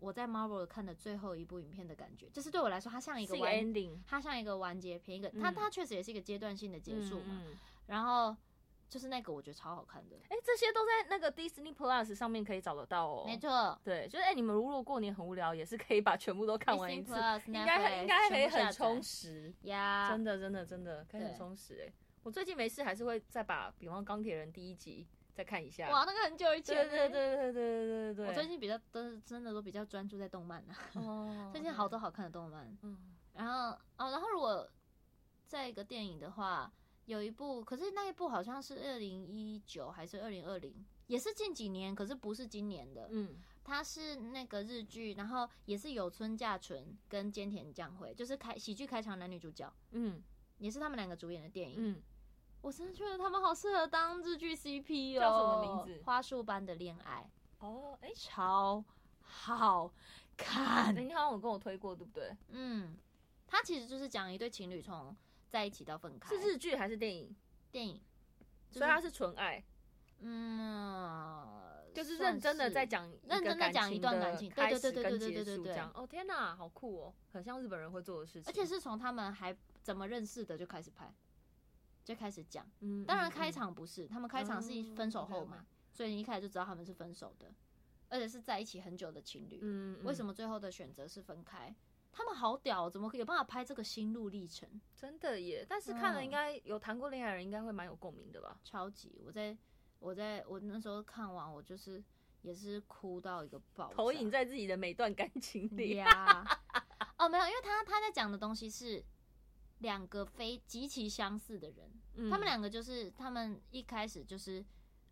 S3: 我在 Marvel 看的最后一部影片的感觉，就是对我来说，它像一个完
S2: ending
S3: 它像一个完结篇，一个它
S2: 嗯
S3: 它确实也是一个阶段性的结束嘛。
S2: 嗯，
S3: 然后就是那个我觉得超好看的，
S2: 哎，这些都在那个 Disney Plus 上面可以找得到哦。
S3: 没。错。
S2: 对，就是哎，你们如果过年很无聊，也是可以把全部都看完一
S3: Disney
S2: 次，
S3: Plus
S2: 应该很
S3: Netflix
S2: 应该可
S3: 全部
S2: 以
S3: 下载
S2: 很充实，
S3: 呀。
S2: 真的真的真的可以很
S3: 对
S2: 充实哎。我最近没事还是会再把，比方钢铁人第一集再看一下。
S3: 哇，，那个很久以前
S2: 对
S3: 了。
S2: 对对对对对对对。
S3: 我最近比较真真的都比较专注在动漫啊，
S2: 哦，
S3: 最近好多好看的动漫。
S2: 嗯，
S3: 然后哦，然后如果再一个电影的话，有一部，可是那一部好像是二零一九还是二零二零，也是近几年，可是不是今年的。
S2: 嗯
S3: 它是那个日剧，然后也是有村架纯跟菅田将晖，就是开喜剧开场男女主角，
S2: 嗯
S3: 也是他们两个主演的电影。
S2: 嗯，
S3: 我真的觉得他们好适合当日剧 CP 哦。
S2: 叫什么名字
S3: 花束般的恋爱，
S2: 哦，哎，
S3: 超好看。
S2: 你好像有跟我推过，对不对？
S3: 嗯，它其实就是讲一对情侣从在一起到分开。
S2: 是日剧还是电影？
S3: 电影，就
S2: 所以它是纯爱，
S3: 嗯，
S2: 就是
S3: 算
S2: 认真的
S3: 是
S2: 在讲一个
S3: 认真地讲一段感情
S2: 开始
S3: 对对对
S2: 跟
S3: 对对
S2: 结
S3: 对对
S2: 束
S3: 对
S2: 这样。哦天哪，好酷哦，很像日本人会做的事情。
S3: 而且，是从他们还怎么认识的就开始拍，就开始讲。
S2: 嗯
S3: 当然开场不是，他们开场是
S2: 哦
S3: 分手后
S2: ，OK，OK
S3: 嘛，所以你一开始就知道他们是分手的，而且是在一起很久的情侣。
S2: 嗯，嗯
S3: 为什？么最后的选择是分开？他们好屌哦，怎么有办法拍这个心路历程？
S2: 真的耶！但是看了
S3: 嗯
S2: 应该有谈过恋爱的人应该会蛮有共鸣的吧？
S3: 超级，我在我在我那时候看完，我就是也是哭到一个爆炸，
S2: 投影在自己的每段感情里，
S3: 呀。哦，没有，因为他他在讲的东西是两个非极其相似的人，
S2: 嗯
S3: 他们两个就是他们一开始就是，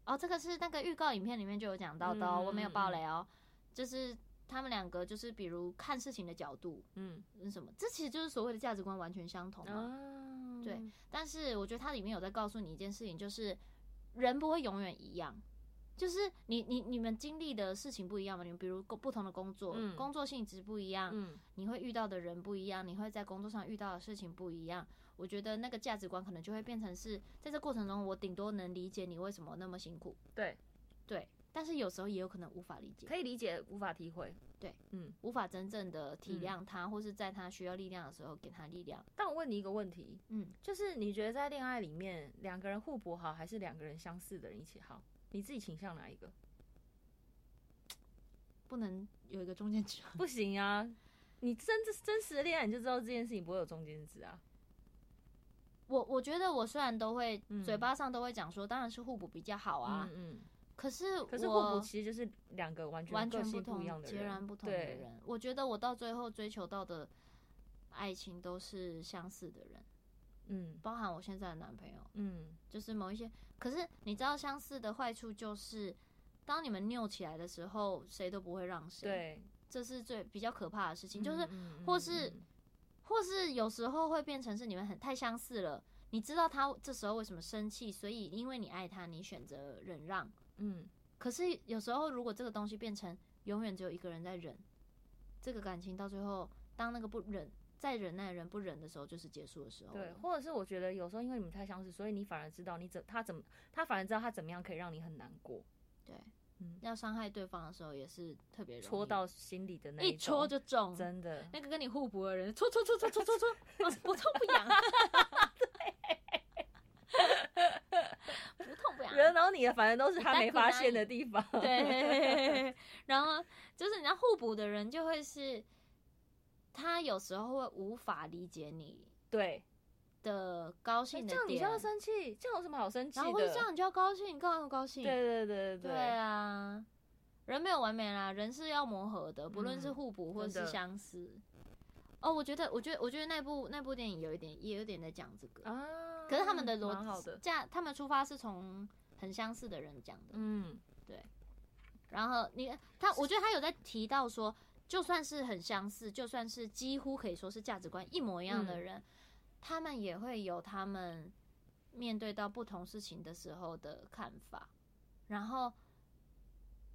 S3: 哦，这个是那个预告影片里面就有讲到的哦，
S2: 嗯
S3: 我没有
S2: 嗯
S3: 爆
S2: 嗯
S3: 雷哦，就是他们两个就是比如看事情的角度
S2: 嗯
S3: 是什么，这其实就是所谓的价值观完全相同嘛。
S2: 啊
S3: 对但是我觉得它里面有在告诉你一件事情，就是人不会永远一样，就是你你你们经历的事情不一样嘛，你们比如工不同的工作，
S2: 嗯
S3: 工作性质不一样，
S2: 嗯
S3: 你会遇到的人不一样，你会在工作上遇到的事情不一样。我觉得那个价值观可能就会变成是在这过程中，我顶多能理解你为什么那么辛苦，
S2: 对，
S3: 对，但是有时候也有可能无法理解，
S2: 可以理解，无法体会。
S3: 无法真正的
S2: 嗯
S3: 体谅他，或是在他需要力量的时候给他力量。
S2: 但我问你一个问题，
S3: 嗯，
S2: 就是你觉得在恋爱里面，两个人互补好，还是两个人相似的人一起好？你自己倾向哪一个？ (laughs)
S3: 不能有一个中间值。
S2: 不行啊，你真真真实的恋爱你就知道这件事情不会有中间值啊。
S3: (laughs) 我我觉得我虽然都会、
S2: 嗯
S3: 嘴巴上都会讲说，当然是互补比较好啊，
S2: 嗯嗯，
S3: 可是
S2: 可是互
S3: 我
S2: 补其实就是两个完全
S3: 完
S2: 个
S3: 全
S2: 性
S3: 同、
S2: 一样的人，
S3: 截然不同的
S2: 对，
S3: 人。我觉得我到最后追求到的爱情都是相似的人，
S2: 嗯
S3: 包含我现在的男朋友，
S2: 嗯
S3: 就是某一些。可是你知道，相似的坏处就是，当你们拗起来的时候，谁都不会让谁，，
S2: 对，
S3: 这是最比较可怕的事情，就是
S2: 嗯嗯
S3: 或
S2: 嗯
S3: 是
S2: 嗯
S3: 或是有时候会变成是你们很太相似了，你知道他这时候为什么生气，所以因为你爱他，你选择忍让。
S2: 嗯
S3: 可是有时候如果这个东西变成永远只有一个人在忍，这个感情到最后，当那个不忍再忍耐的人不忍的时候，就是结束的时候了。
S2: 对，或者是我觉得有时候因为你们太相似，所以你反而知道你怎他怎么他反而知道他怎么样可以让你很难过，
S3: 对
S2: 嗯
S3: 要伤害对方的时候也是特别容易
S2: 戳到心里的那
S3: 一戳
S2: 种
S3: 就中。
S2: 真的。
S3: 那个跟你互补的人，戳戳戳戳戳戳戳，哦不痛不痒，对，不痛不痒。
S2: 惹恼你的反正都是他
S3: 你
S2: 没
S3: 大姑大
S2: 发现的地方。，
S3: (laughs) 对，然后就是你要互补的人，就会是他有时候会无法理解你
S2: (laughs) 对，
S3: 的高兴
S2: 哎这
S3: 的
S2: 样你
S3: 点，
S2: 就要生气，这样有什么好生气
S3: 然
S2: 的？
S3: 后或者这样你就要高兴，你干嘛那么高兴？
S2: 对对对
S3: 对啊，人没有完美啦，人是要磨合的，不论是
S2: 嗯
S3: 互补或
S2: 真
S3: 是
S2: 的
S3: 相似。哦，我觉得，我觉得，我觉得那部那部电影有一点，也有点在讲这个。
S2: 啊！
S3: 可是他们的
S2: 蛮好
S3: 逻
S2: 的
S3: 辑，，价他们出发是从很相似的人讲的，
S2: 嗯，
S3: 然后你他，我觉得他有在提到说，就算是很相似，就算是几乎可以说是价值观一模一样的
S2: 嗯
S3: 人，他们也会有他们面对到不同事情的时候的看法，然后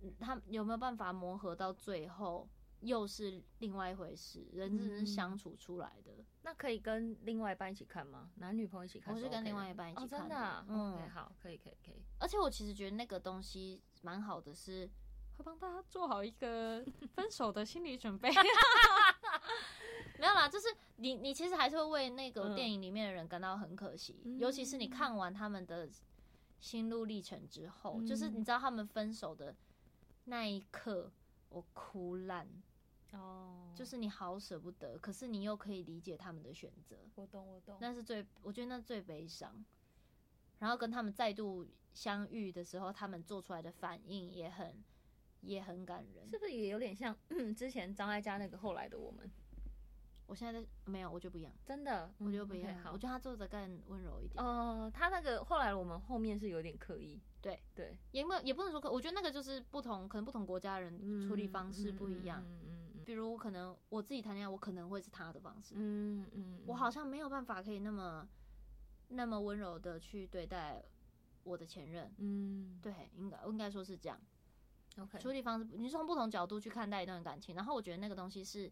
S3: 嗯他们有没有办法磨合到最后，又是另外一回事。人只是
S2: 嗯
S3: 相处出来的，
S2: 那可以跟另外一半一起看吗？男女朋友一起看 OK 的？
S3: 我是跟另外一半一起
S2: 哦，真
S3: 看
S2: 的啊
S3: 的嗯
S2: ，OK，好，可以，可以，可以。
S3: 而且我其实觉得那个东西蛮好的是，
S1: 会帮大家做好一个分手的心理准备。
S3: (laughs) 没有啦，就是你你其实还是会为那个
S2: 嗯
S3: 电影里面的人感到很可惜，
S2: 嗯
S3: 尤其是你看完他们的心路历程之后，
S2: 嗯
S3: 就是你知道他们分手的那一刻，我哭烂，
S2: 哦，
S3: 就是你好舍不得，可是你又可以理解他们的选择，
S2: 我懂，我懂。
S3: 那是最我觉得那最悲伤。然后跟他们再度相遇的时候，他们做出来的反应也很也很感人
S2: 是。不是也有点像 (clears throat) 之前张艾嘉那个后来的我们？
S3: 我现在在没有，我就不一样，
S2: 真的，
S3: 我就不一样
S2: o k
S3: 我
S2: 嗯好，
S3: 觉得他做的更温柔一点。
S2: 呃，他那个后来我们后面是有点刻意，
S3: 对
S2: 对，
S3: 也没有，也不能说可，我觉得那个就是不同，可能不同国家的人处理方式不一样。
S2: 嗯嗯嗯
S3: 比如，可能我自己谈恋爱，我可能会是他的方式，
S2: 嗯嗯嗯，
S3: 我好像没有办法可以那么那么温柔的去对待我的前任。
S2: 嗯
S3: 对，应该应该说是这样，
S2: ，OK，
S3: 处理方式不，你是从不同角度去看待一段感情。然后我觉得那个东西是，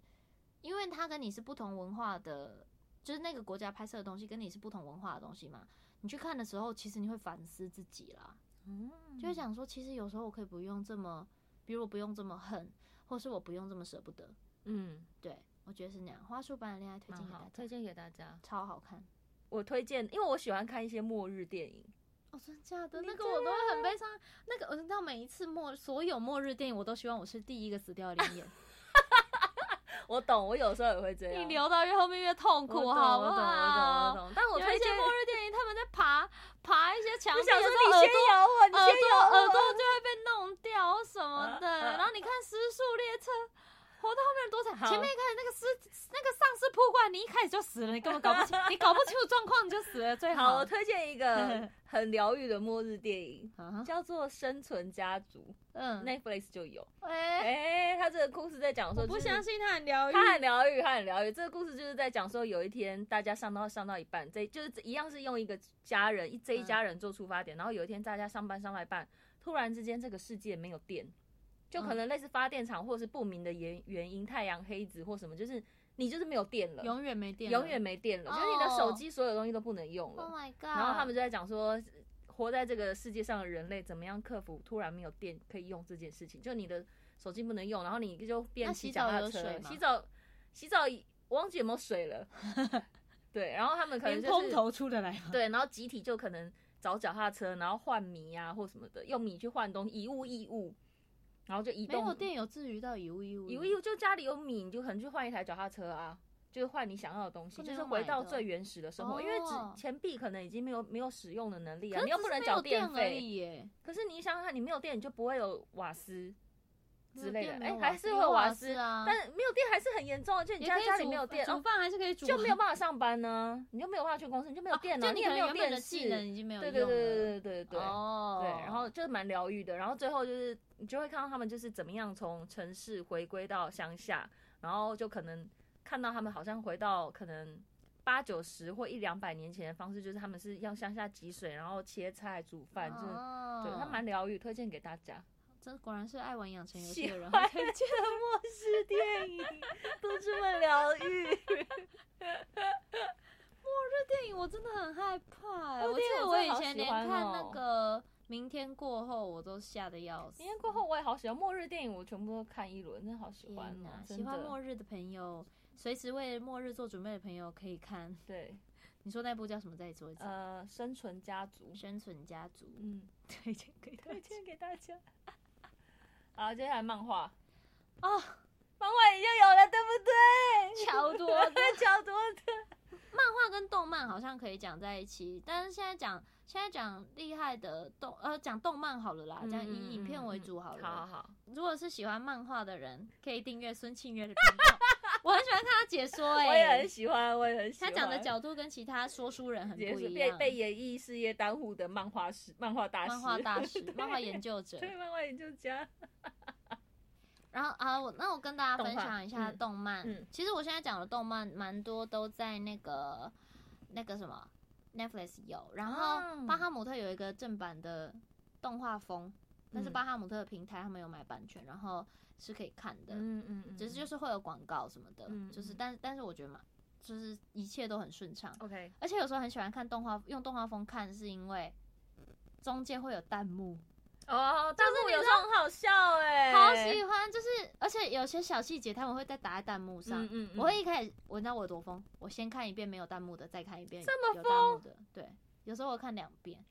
S3: 因为他跟你是不同文化的，就是那个国家拍摄的东西跟你是不同文化的东西嘛。你去看的时候，其实你会反思自己啦。
S2: 嗯
S3: 就会想说，其实有时候我可以不用这么，比如我不用这么恨，或是我不用这么舍不得。
S2: 嗯，
S3: 对我觉得是那样。花束般的恋爱推
S2: 蛮
S3: 荐给大
S2: 好，
S3: 家，
S2: 推荐给大家。
S3: 超好看
S2: 我推荐，因为我喜欢看一些末日电影，
S3: 哦，真的假的？
S2: 你
S3: 那个我都会很悲伤。那个我
S2: 呃
S3: 知道
S2: (laughs)
S3: 每一次末所有末日电影，我都希望我是第一个死掉的灵眼。
S2: 我我懂，我有时候也会这样。
S3: 你留到越后面越痛
S2: 我懂
S3: 苦，
S2: 我懂
S3: 好不
S2: 我懂我
S3: 好？
S2: 懂，但我
S3: 有
S2: 推
S3: 一些
S2: 荐，
S3: 末日电影，他们在爬爬一些墙
S2: 我
S3: 壁
S2: 想
S3: 的
S2: 说
S3: 时候，
S2: 你
S3: 耳
S2: 先
S3: 朵
S2: 咬我，你
S3: 耳
S2: 先啊
S3: 朵
S2: 咬
S3: 耳
S2: 我
S3: 朵。就会被弄掉什么的。
S2: 啊啊
S3: 然后你看《失速列车》，活到后面多惨！
S2: 好
S3: 前面一开始那个尸那个丧尸扑过来，你一开始就死了，你根本搞不清，你搞不清楚状况你就死了，最
S2: 好，
S3: 好
S2: 我。推荐一个很疗愈的末日电影，
S3: 啊
S2: 叫做《生存家族
S3: 嗯》
S2: ，Netflix 就有。
S3: (laughs) 哎，
S2: 哎、他这个故事在讲说、
S1: 我
S2: 就是，
S1: 不相信他很疗愈，
S2: 他很疗愈，他很疗愈。这个故事就是在讲说，有一天大家上到上到一半，这就是一样是用一个家人一这一家人做出发点，然后有一天大家上班上到一半，突然之间这个世界没有电，就可能类似发电厂或者是不明的原原因，太阳黑子或什么，就是你就是没有电了，
S3: 永远没电了，
S2: 永远没电了，
S3: 哦
S2: 就是你的手机所有东西都不能用 (laughs)
S3: Oh
S2: 了。
S3: my god！
S2: 然后他们就在讲说。活在这个世界上的人类怎么样克服突然没有电可以用这件事情？就你的手机不能用，然后你就变
S3: 那
S2: 骑
S3: 洗
S2: 脚
S3: 澡
S2: 踏
S3: 有
S2: 车
S3: 水，吗
S2: 洗澡洗澡我忘记有没有水
S3: (laughs)
S2: 了。对，然后他们可能
S1: 连
S2: 就
S1: 空
S2: 是
S1: 头出得来吗？
S2: (laughs) 对，然后集体就可能找脚踏车，然后换米啊或什么的，用米去换东西，以物易物，然后就移
S3: 没有
S2: 动
S3: 电有至于到以物易物，
S2: 有有，就家里有米，你就可能去换一台脚踏车啊，就是换你想要的东西，
S3: 不
S2: 就
S3: 能
S2: 是
S3: 用
S2: 回
S3: 买
S2: 到
S3: 的
S2: 最原始的生活，因为
S3: 哦
S2: 只钱币可能已经没有没有使用的能力
S3: 可
S2: 啊，
S3: 是
S2: 你又
S3: 只
S2: 不
S3: 是
S2: 能
S3: 没
S2: 缴
S3: 有电而
S2: 费，
S3: 已耶，
S2: 可是你想想看，你没有电，你就不会有瓦斯
S3: 没
S2: 之
S3: 有
S2: 类的，
S3: 电没
S2: 哎、
S3: 有
S2: 还
S3: 瓦
S2: 是
S3: 斯
S2: 会
S3: 有
S2: 有瓦
S3: 瓦
S2: 斯
S3: 斯啊
S2: 但是没有电还是很严重啊，就你
S3: 也
S2: 家
S3: 可以
S2: 家里
S3: 煮
S2: 没有电，
S3: 煮
S2: 哦，
S3: 饭还是可以煮啊，
S2: 就没有办法上班呢、你就没有办法去公司，你就没有
S3: 哦
S2: 电了，
S3: 就你
S2: 也
S3: 可能
S2: 没有
S3: 原本
S2: 电
S3: 的技能
S2: 视，
S3: 已经没有
S2: 对
S3: 用
S2: 对对
S3: 了，
S2: 对对对对。
S3: 哦，
S2: 对，然后就是蛮疗愈的。然后最后就是你就会看到他们就是怎么样从城市回归到乡下，然后就可能看到他们好像回到可能八九十或一两百年前的方式，就是他们是要乡下汲水，然后切菜煮饭，就是、
S3: 哦
S2: 对，它蛮疗愈，推荐给大家。
S3: 这果然是爱玩养成游戏
S2: 喜
S3: 的
S2: 欢
S3: 人，
S2: 看末世电影，都这么疗愈。
S3: (laughs)
S2: (laughs)
S3: 电影我真的很害怕、欸
S2: 哦
S3: 我记
S2: 电影
S3: 得
S2: 我
S3: 我
S2: 真
S3: 以
S2: 的好
S3: 前
S2: 喜
S3: 连
S2: 欢
S3: 看
S2: 哦
S3: 那个《明天过后》，我都吓得要死。
S2: 明天过后我也好喜欢末日电影，我全部都看一轮，真的好喜
S3: 天
S2: 欢哦
S3: 哪，啊
S2: 真
S3: 喜欢
S2: 的
S3: 末日的朋友，随时为末日做准备的朋友可以看。
S2: 对，
S3: 你说那部叫什么？再说一次，
S2: 呃，生存家族，
S3: 生存家族》
S2: 嗯。
S3: 推荐给大
S2: 推
S3: 家。
S2: 荐给大 (laughs) 家。好，接下来漫画
S3: (laughs) 哦，
S2: 漫画也就有了，对不对？
S3: 超多的
S2: (laughs) 超多的，
S3: 漫画跟动漫好像可以讲在一起，但是现在讲现在讲厉害的动呃讲动漫好了啦，讲
S2: 嗯
S3: 以影片为主好了。
S2: 好好好，
S3: 如果是喜欢漫画的人，可以订阅孙庆月的频道。我很喜欢看他解说、欸，
S2: 我也很喜欢，我也很喜
S3: 他
S2: 欢。
S3: 讲的角度跟其他说书人很不
S2: 也是
S3: 一
S2: 被
S3: 样。
S2: 被演艺事业耽误的漫画师、漫画大师、
S3: 漫画大
S2: (laughs)
S3: 师、漫画研究者。
S2: 对漫画研究家。
S3: 然后啊，我那我跟大家分享一下动漫。
S2: 动画嗯嗯
S3: 其实我现在讲的动漫蛮多都在那个那个什么 Netflix 有，然后
S2: 哦
S3: 巴哈姆特有一个正版的动画风，但是
S2: 嗯
S3: 巴哈姆特的平台他们有买版权，然后是可以看的。
S2: 嗯
S3: 只是就是会有广告什么的，
S2: 嗯
S3: 就是
S2: 嗯
S3: 但是但是我觉得嘛，就是一切都很顺畅，
S2: OK，
S3: 而且有时候很喜欢看动画，用动画风看是因为中间会有弹幕，
S2: 哦，但是有时候很好笑哎，
S3: 好喜欢，就是而且有些小细节他们会在打在弹幕上，
S2: 嗯嗯，嗯
S3: 我会一开始我知道我有多疯，我先看一遍没有弹幕的，再看一遍
S2: 这么
S3: 有弹幕的，对，有时候我看两遍，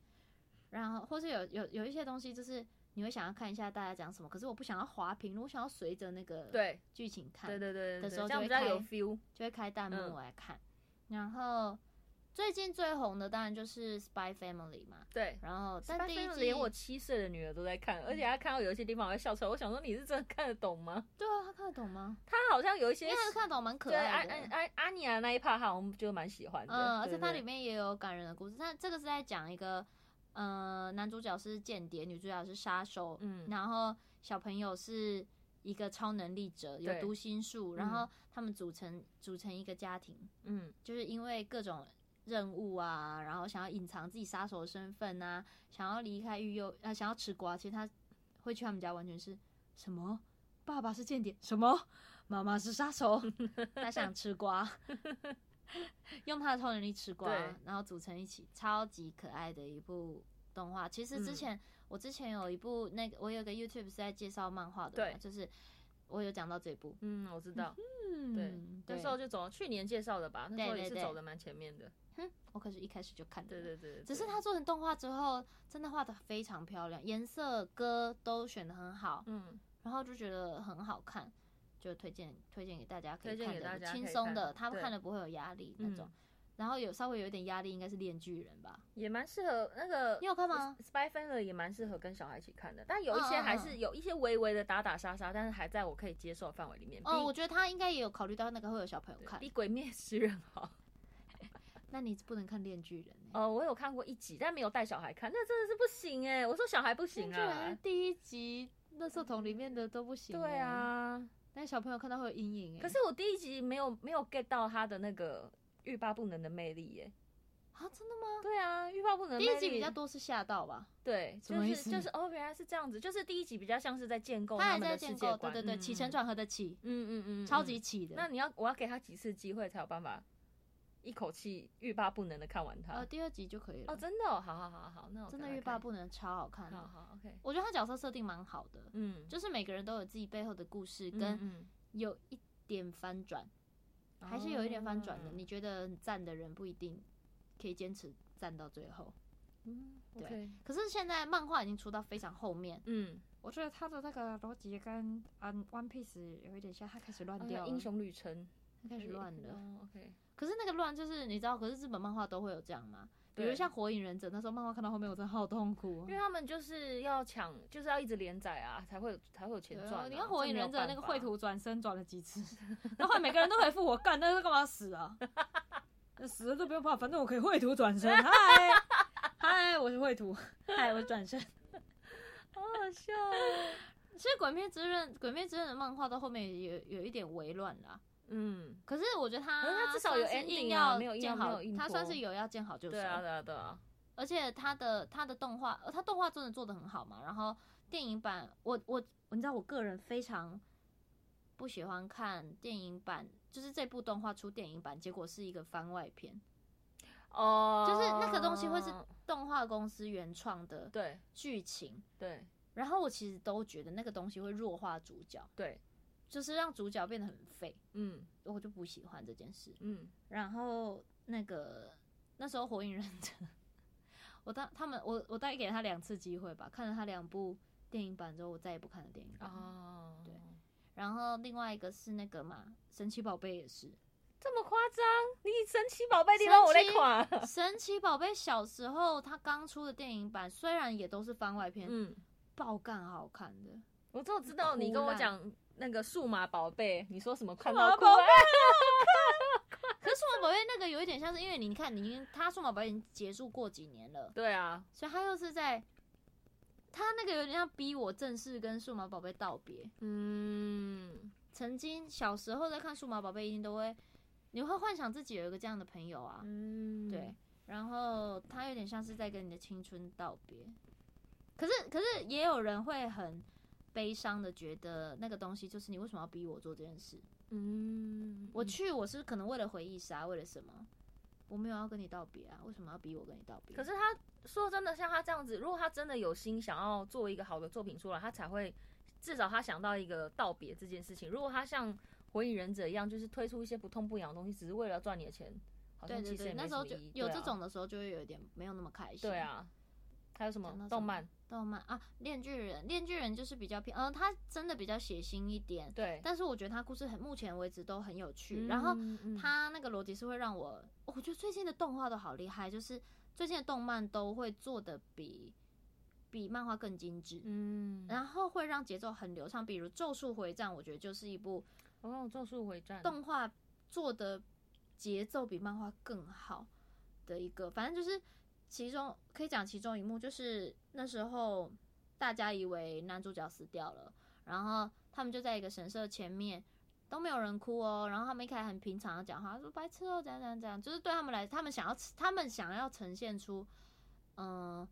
S3: 然后或是有有有一些东西就是。你会想要看一下大家讲什么，可是我不想要滑屏，我想要随着那个
S2: 对
S3: 剧情看。
S2: 对对对
S3: 的
S2: 对，
S3: 时候
S2: 这样
S3: 就
S2: 比
S3: 会
S2: 较有
S3: 开
S2: feel。
S3: 就会开弹
S2: 嗯
S3: 幕来看。然后最近最红的当然就是《Spy Family》嘛，
S2: 对，
S3: 然后但
S2: 但
S3: 第
S2: 第
S3: 一
S2: 一
S3: 季嗯
S2: 连我七岁的女儿都在看，而且她看到有一些地方我会笑出来。我想说你是真的看得懂吗？
S3: 对啊，他看得懂吗？
S2: 她好像有一些
S3: 因为他看得懂蛮可
S2: 对阿
S3: 爱
S2: 阿
S3: 的。
S2: 阿阿尼亚那一趴，好像就蛮喜欢的。
S3: 嗯，而
S2: 对
S3: 且它
S2: 对
S3: 里面也有感人的故事。那这个是在讲一个，呃，男主角是间谍，女主角是杀手，
S2: 嗯
S3: 然后小朋友是一个超能力者，有
S2: 对
S3: 读心术，然后他们组成组成一个家庭，
S2: 嗯
S3: 就是因为各种任务啊，然后想要隐藏自己杀手的身份啊，想要离开育幼，呃，想要吃瓜。其实他会去他们家，完全是什么？爸爸是间谍，什么？妈妈是杀手，他想吃瓜， (laughs) 用他的超能力吃瓜
S2: 对，
S3: 然后组成一起，超级可爱的一部动画。其实之
S2: 嗯
S3: 前、我之前有一部那个，我有个 YouTube 是在介绍漫画的嘛，
S2: 对
S3: 就是我有讲到这部，
S2: 嗯，我知道，
S3: 嗯，
S2: 那
S3: 对
S2: 时，候就走去年介绍的吧，那时候也
S3: 对
S2: 是
S3: 对对
S2: 走的蛮前面的。
S3: 哼，我可是一开始就看的，
S2: 对对对，对
S3: 只是
S2: 对
S3: 它做成动画之后，真的画的非常漂亮，颜色、歌都选的很好，
S2: 嗯
S3: 然后就觉得很好看，就推荐推荐给大家可以
S2: 推荐
S3: 看
S2: 给大
S3: 的
S2: 家可以
S3: 轻松的，
S2: 看
S3: 他们
S2: 对
S3: 看了不会有压力那种
S2: 嗯。
S3: 然后有稍微有一点压力，应该是《恋巨人》吧？
S2: 也蛮适合那个
S3: 你有看吗？
S2: ？Spy Family 也蛮适合跟小孩一起看的，但有一些
S3: 嗯嗯
S2: 还
S3: 嗯
S2: 是有一些微微的打打杀杀，但是还在我可以接受的范围里面。
S3: 哦，我
S2: 比
S3: 觉得他应该也有考虑到那个会有小朋友看
S2: 比。鬼灭之刃好。
S3: 那你不能看《恋巨人》欸，
S2: 呃，我有看过一集，但没有带小孩看，那真的是不行哎、我说小孩不
S3: 《恋
S2: 行
S3: 巨人
S2: 啊》。
S3: 第一集垃圾桶里面的都不行。欸
S2: 对，啊，
S3: 那小朋友看到会有阴影欸。
S2: 可是我第一集没有没有 get 到他的那个欲罢不能的魅力耶、
S3: 啊，真的吗？
S2: 对啊，欲罢不能的
S3: 第
S2: 魅力。
S3: 一集比较多是吓到吧？
S2: 对，
S1: 什么
S2: 就
S1: 意
S2: 是
S1: 思
S2: 就是哦，原来是这样子，就是第一集比较像是在建构
S3: 他还
S2: 哦们
S3: 在
S2: 的世
S3: 建
S2: 界
S3: 构，
S2: 观。
S3: 对对对，
S1: 嗯
S3: 起承转合的起，
S2: 嗯嗯嗯嗯
S3: 超级起的。
S2: 那你要我要给他几次机会才有办法一口气欲罢不能的看完它？
S3: 呃，第二集就可以
S2: 哦，
S3: 了。
S2: 真的、哦，好好好好，那我
S3: 真的
S2: 赶快
S3: 欲罢
S2: 看
S3: 不能，超好看的。
S2: 好好 OK，
S3: 我觉得他角色设定蛮好的，
S2: 嗯，
S3: 就是每个人都有自己背后的故事，
S2: 嗯
S3: 跟
S2: 嗯
S3: 有一点翻转，还是有一点翻转的。
S2: 哦
S3: 你觉得很赞的人不一定可以坚持赞到最后。
S2: 嗯
S3: 对
S2: OK，
S3: 可是现在漫画已经出到非常后面，
S2: 嗯，
S1: 我觉得他的那个逻辑跟《嗯 One Piece》有一点像，他开始乱
S3: 呃
S2: 啊
S1: 掉了。
S2: 英雄旅程
S3: 它开始乱了。
S2: 哦 OK，
S3: 可是那个乱就是你知道，可是日本漫画都会有这样吗？比如
S2: 对
S3: 像《火影忍者》，那时候漫画看到后面，我真的好痛苦、哦
S2: 因为。他们就是要抢，就是要一直连载啊，才会有才会有钱
S3: 对啊
S2: 赚啊、
S1: 你看《
S2: 这
S1: 火影
S2: 没有
S1: 忍者》那
S2: 办
S1: 个
S2: 法
S1: 绘，图转身转了几次，然后后来每个人都回复我干，那是干嘛死啊？那死了都不用怕，反正我可以绘图转身。嗨嗨，我是绘图，嗨，我是转身。
S2: 好好笑、哦。
S3: 其实《鬼灭之刃》《鬼灭之刃》的漫画到后面有有一点微乱啦。
S2: 嗯，
S3: 可是我觉得他，
S2: 可是它至少有
S3: 硬
S2: ending 啊
S3: 要
S2: 没有硬
S3: 见
S2: 没
S3: 好
S2: 有，硬
S3: 他
S2: 拖
S3: 算是有要见好就收。
S2: 对啊，对啊，对啊，
S3: 而且他的他的动画，呃他动画真的做的很好嘛。然后电影版，我我你知道，我个人非常不喜欢看电影版，就是这部动画出电影版，结果是一个番外篇，
S2: 哦，
S3: 就是那个东西会是动画公司原创的
S2: 对
S3: 剧情。
S2: 对
S3: 然后我其实都觉得那个东西会弱化主角，
S2: 对，
S3: 就是让主角变得很废，
S2: 嗯
S3: 我就不喜欢这件事。
S2: 嗯
S3: 然后那个那时候《火影忍者》我当他们我我大概给他两次机会吧，看了他两部电影版之后，我再也不看了电影版。
S2: 哦，
S3: 啊对然后另外一个是那个嘛，神奇宝贝也是， (laughs)
S2: 这么夸张？你神奇宝贝地方我来
S3: 神奇
S2: 垮。
S3: 神奇宝贝小时候他刚出的电影版，虽然也都是番外篇，
S2: 嗯，
S3: 爆干好看的。 (laughs)
S2: 我只有知道你
S3: 哭
S2: 跟我
S3: 烂
S2: 讲那个数码宝贝，你说什么看
S1: 数
S2: 到
S1: 码
S2: 哭
S1: 宝
S2: 啊？
S3: 可是数码宝贝那个有一点像是，因为你看，你已经他数码宝贝已经结束过几年了，
S2: 对啊，
S3: 所以他又是在他那个有点像逼我正式跟数码宝贝道别。
S2: 嗯，
S3: 曾经小时候在看数码宝贝，一定都会，你会幻想自己有一个这样的朋友啊，
S2: 嗯，
S3: 对，。然后他有点像是在跟你的青春道别，可是可是也有人会很悲伤的觉得那个东西就是你为什么要逼我做这件事？
S2: 嗯，
S3: 我去我是可能为了回忆杀，为了什么？我没有要跟你道别啊，为什么要逼我跟你道别？
S2: 可是他说真的，像他这样子，如果他真的有心想要做一个好的作品出来，他才会至少他想到一个道别这件事情。如果他像火影忍者一样，就是推出一些不痛不痒的东西，只是为了赚你的钱，好
S3: 对
S2: 像
S3: 对
S2: 其实也
S3: 对，
S2: 没
S3: 那时
S2: 什
S3: 候
S2: 么
S3: 就
S2: 意义
S3: 有这，种
S2: 对啊
S3: 的时候，就会有一点没有那么开心。
S2: 对啊。还有什
S3: 讲到
S2: 么
S3: 什
S2: 动
S3: 么
S2: 漫？
S3: 动漫啊，《恋巨人》《恋巨人》就是比较偏，嗯、呃，他真的比较血腥一点，
S2: 对，
S3: 但是我觉得他故事很目前为止都很有趣，然后
S2: 嗯嗯
S3: 他那个逻辑是会让我，哦我觉得最近的动画都好厉害，就是最近的动漫都会做的比比漫画更精致，
S2: 嗯，
S3: 然后会让节奏很流畅。比如《咒术回战》，我觉得就是一部
S2: 哦，咒术回战，
S3: 动画做的节奏比漫画更好的一个，反正就是其中可以讲其中一幕，就是那时候大家以为男主角死掉了，然后他们就在一个神社前面。都没有人哭哦，然后他们一开始很平常的讲话，说白痴哦，怎样怎样怎样，就是对他们来，他们想要他们想要呈现出，嗯、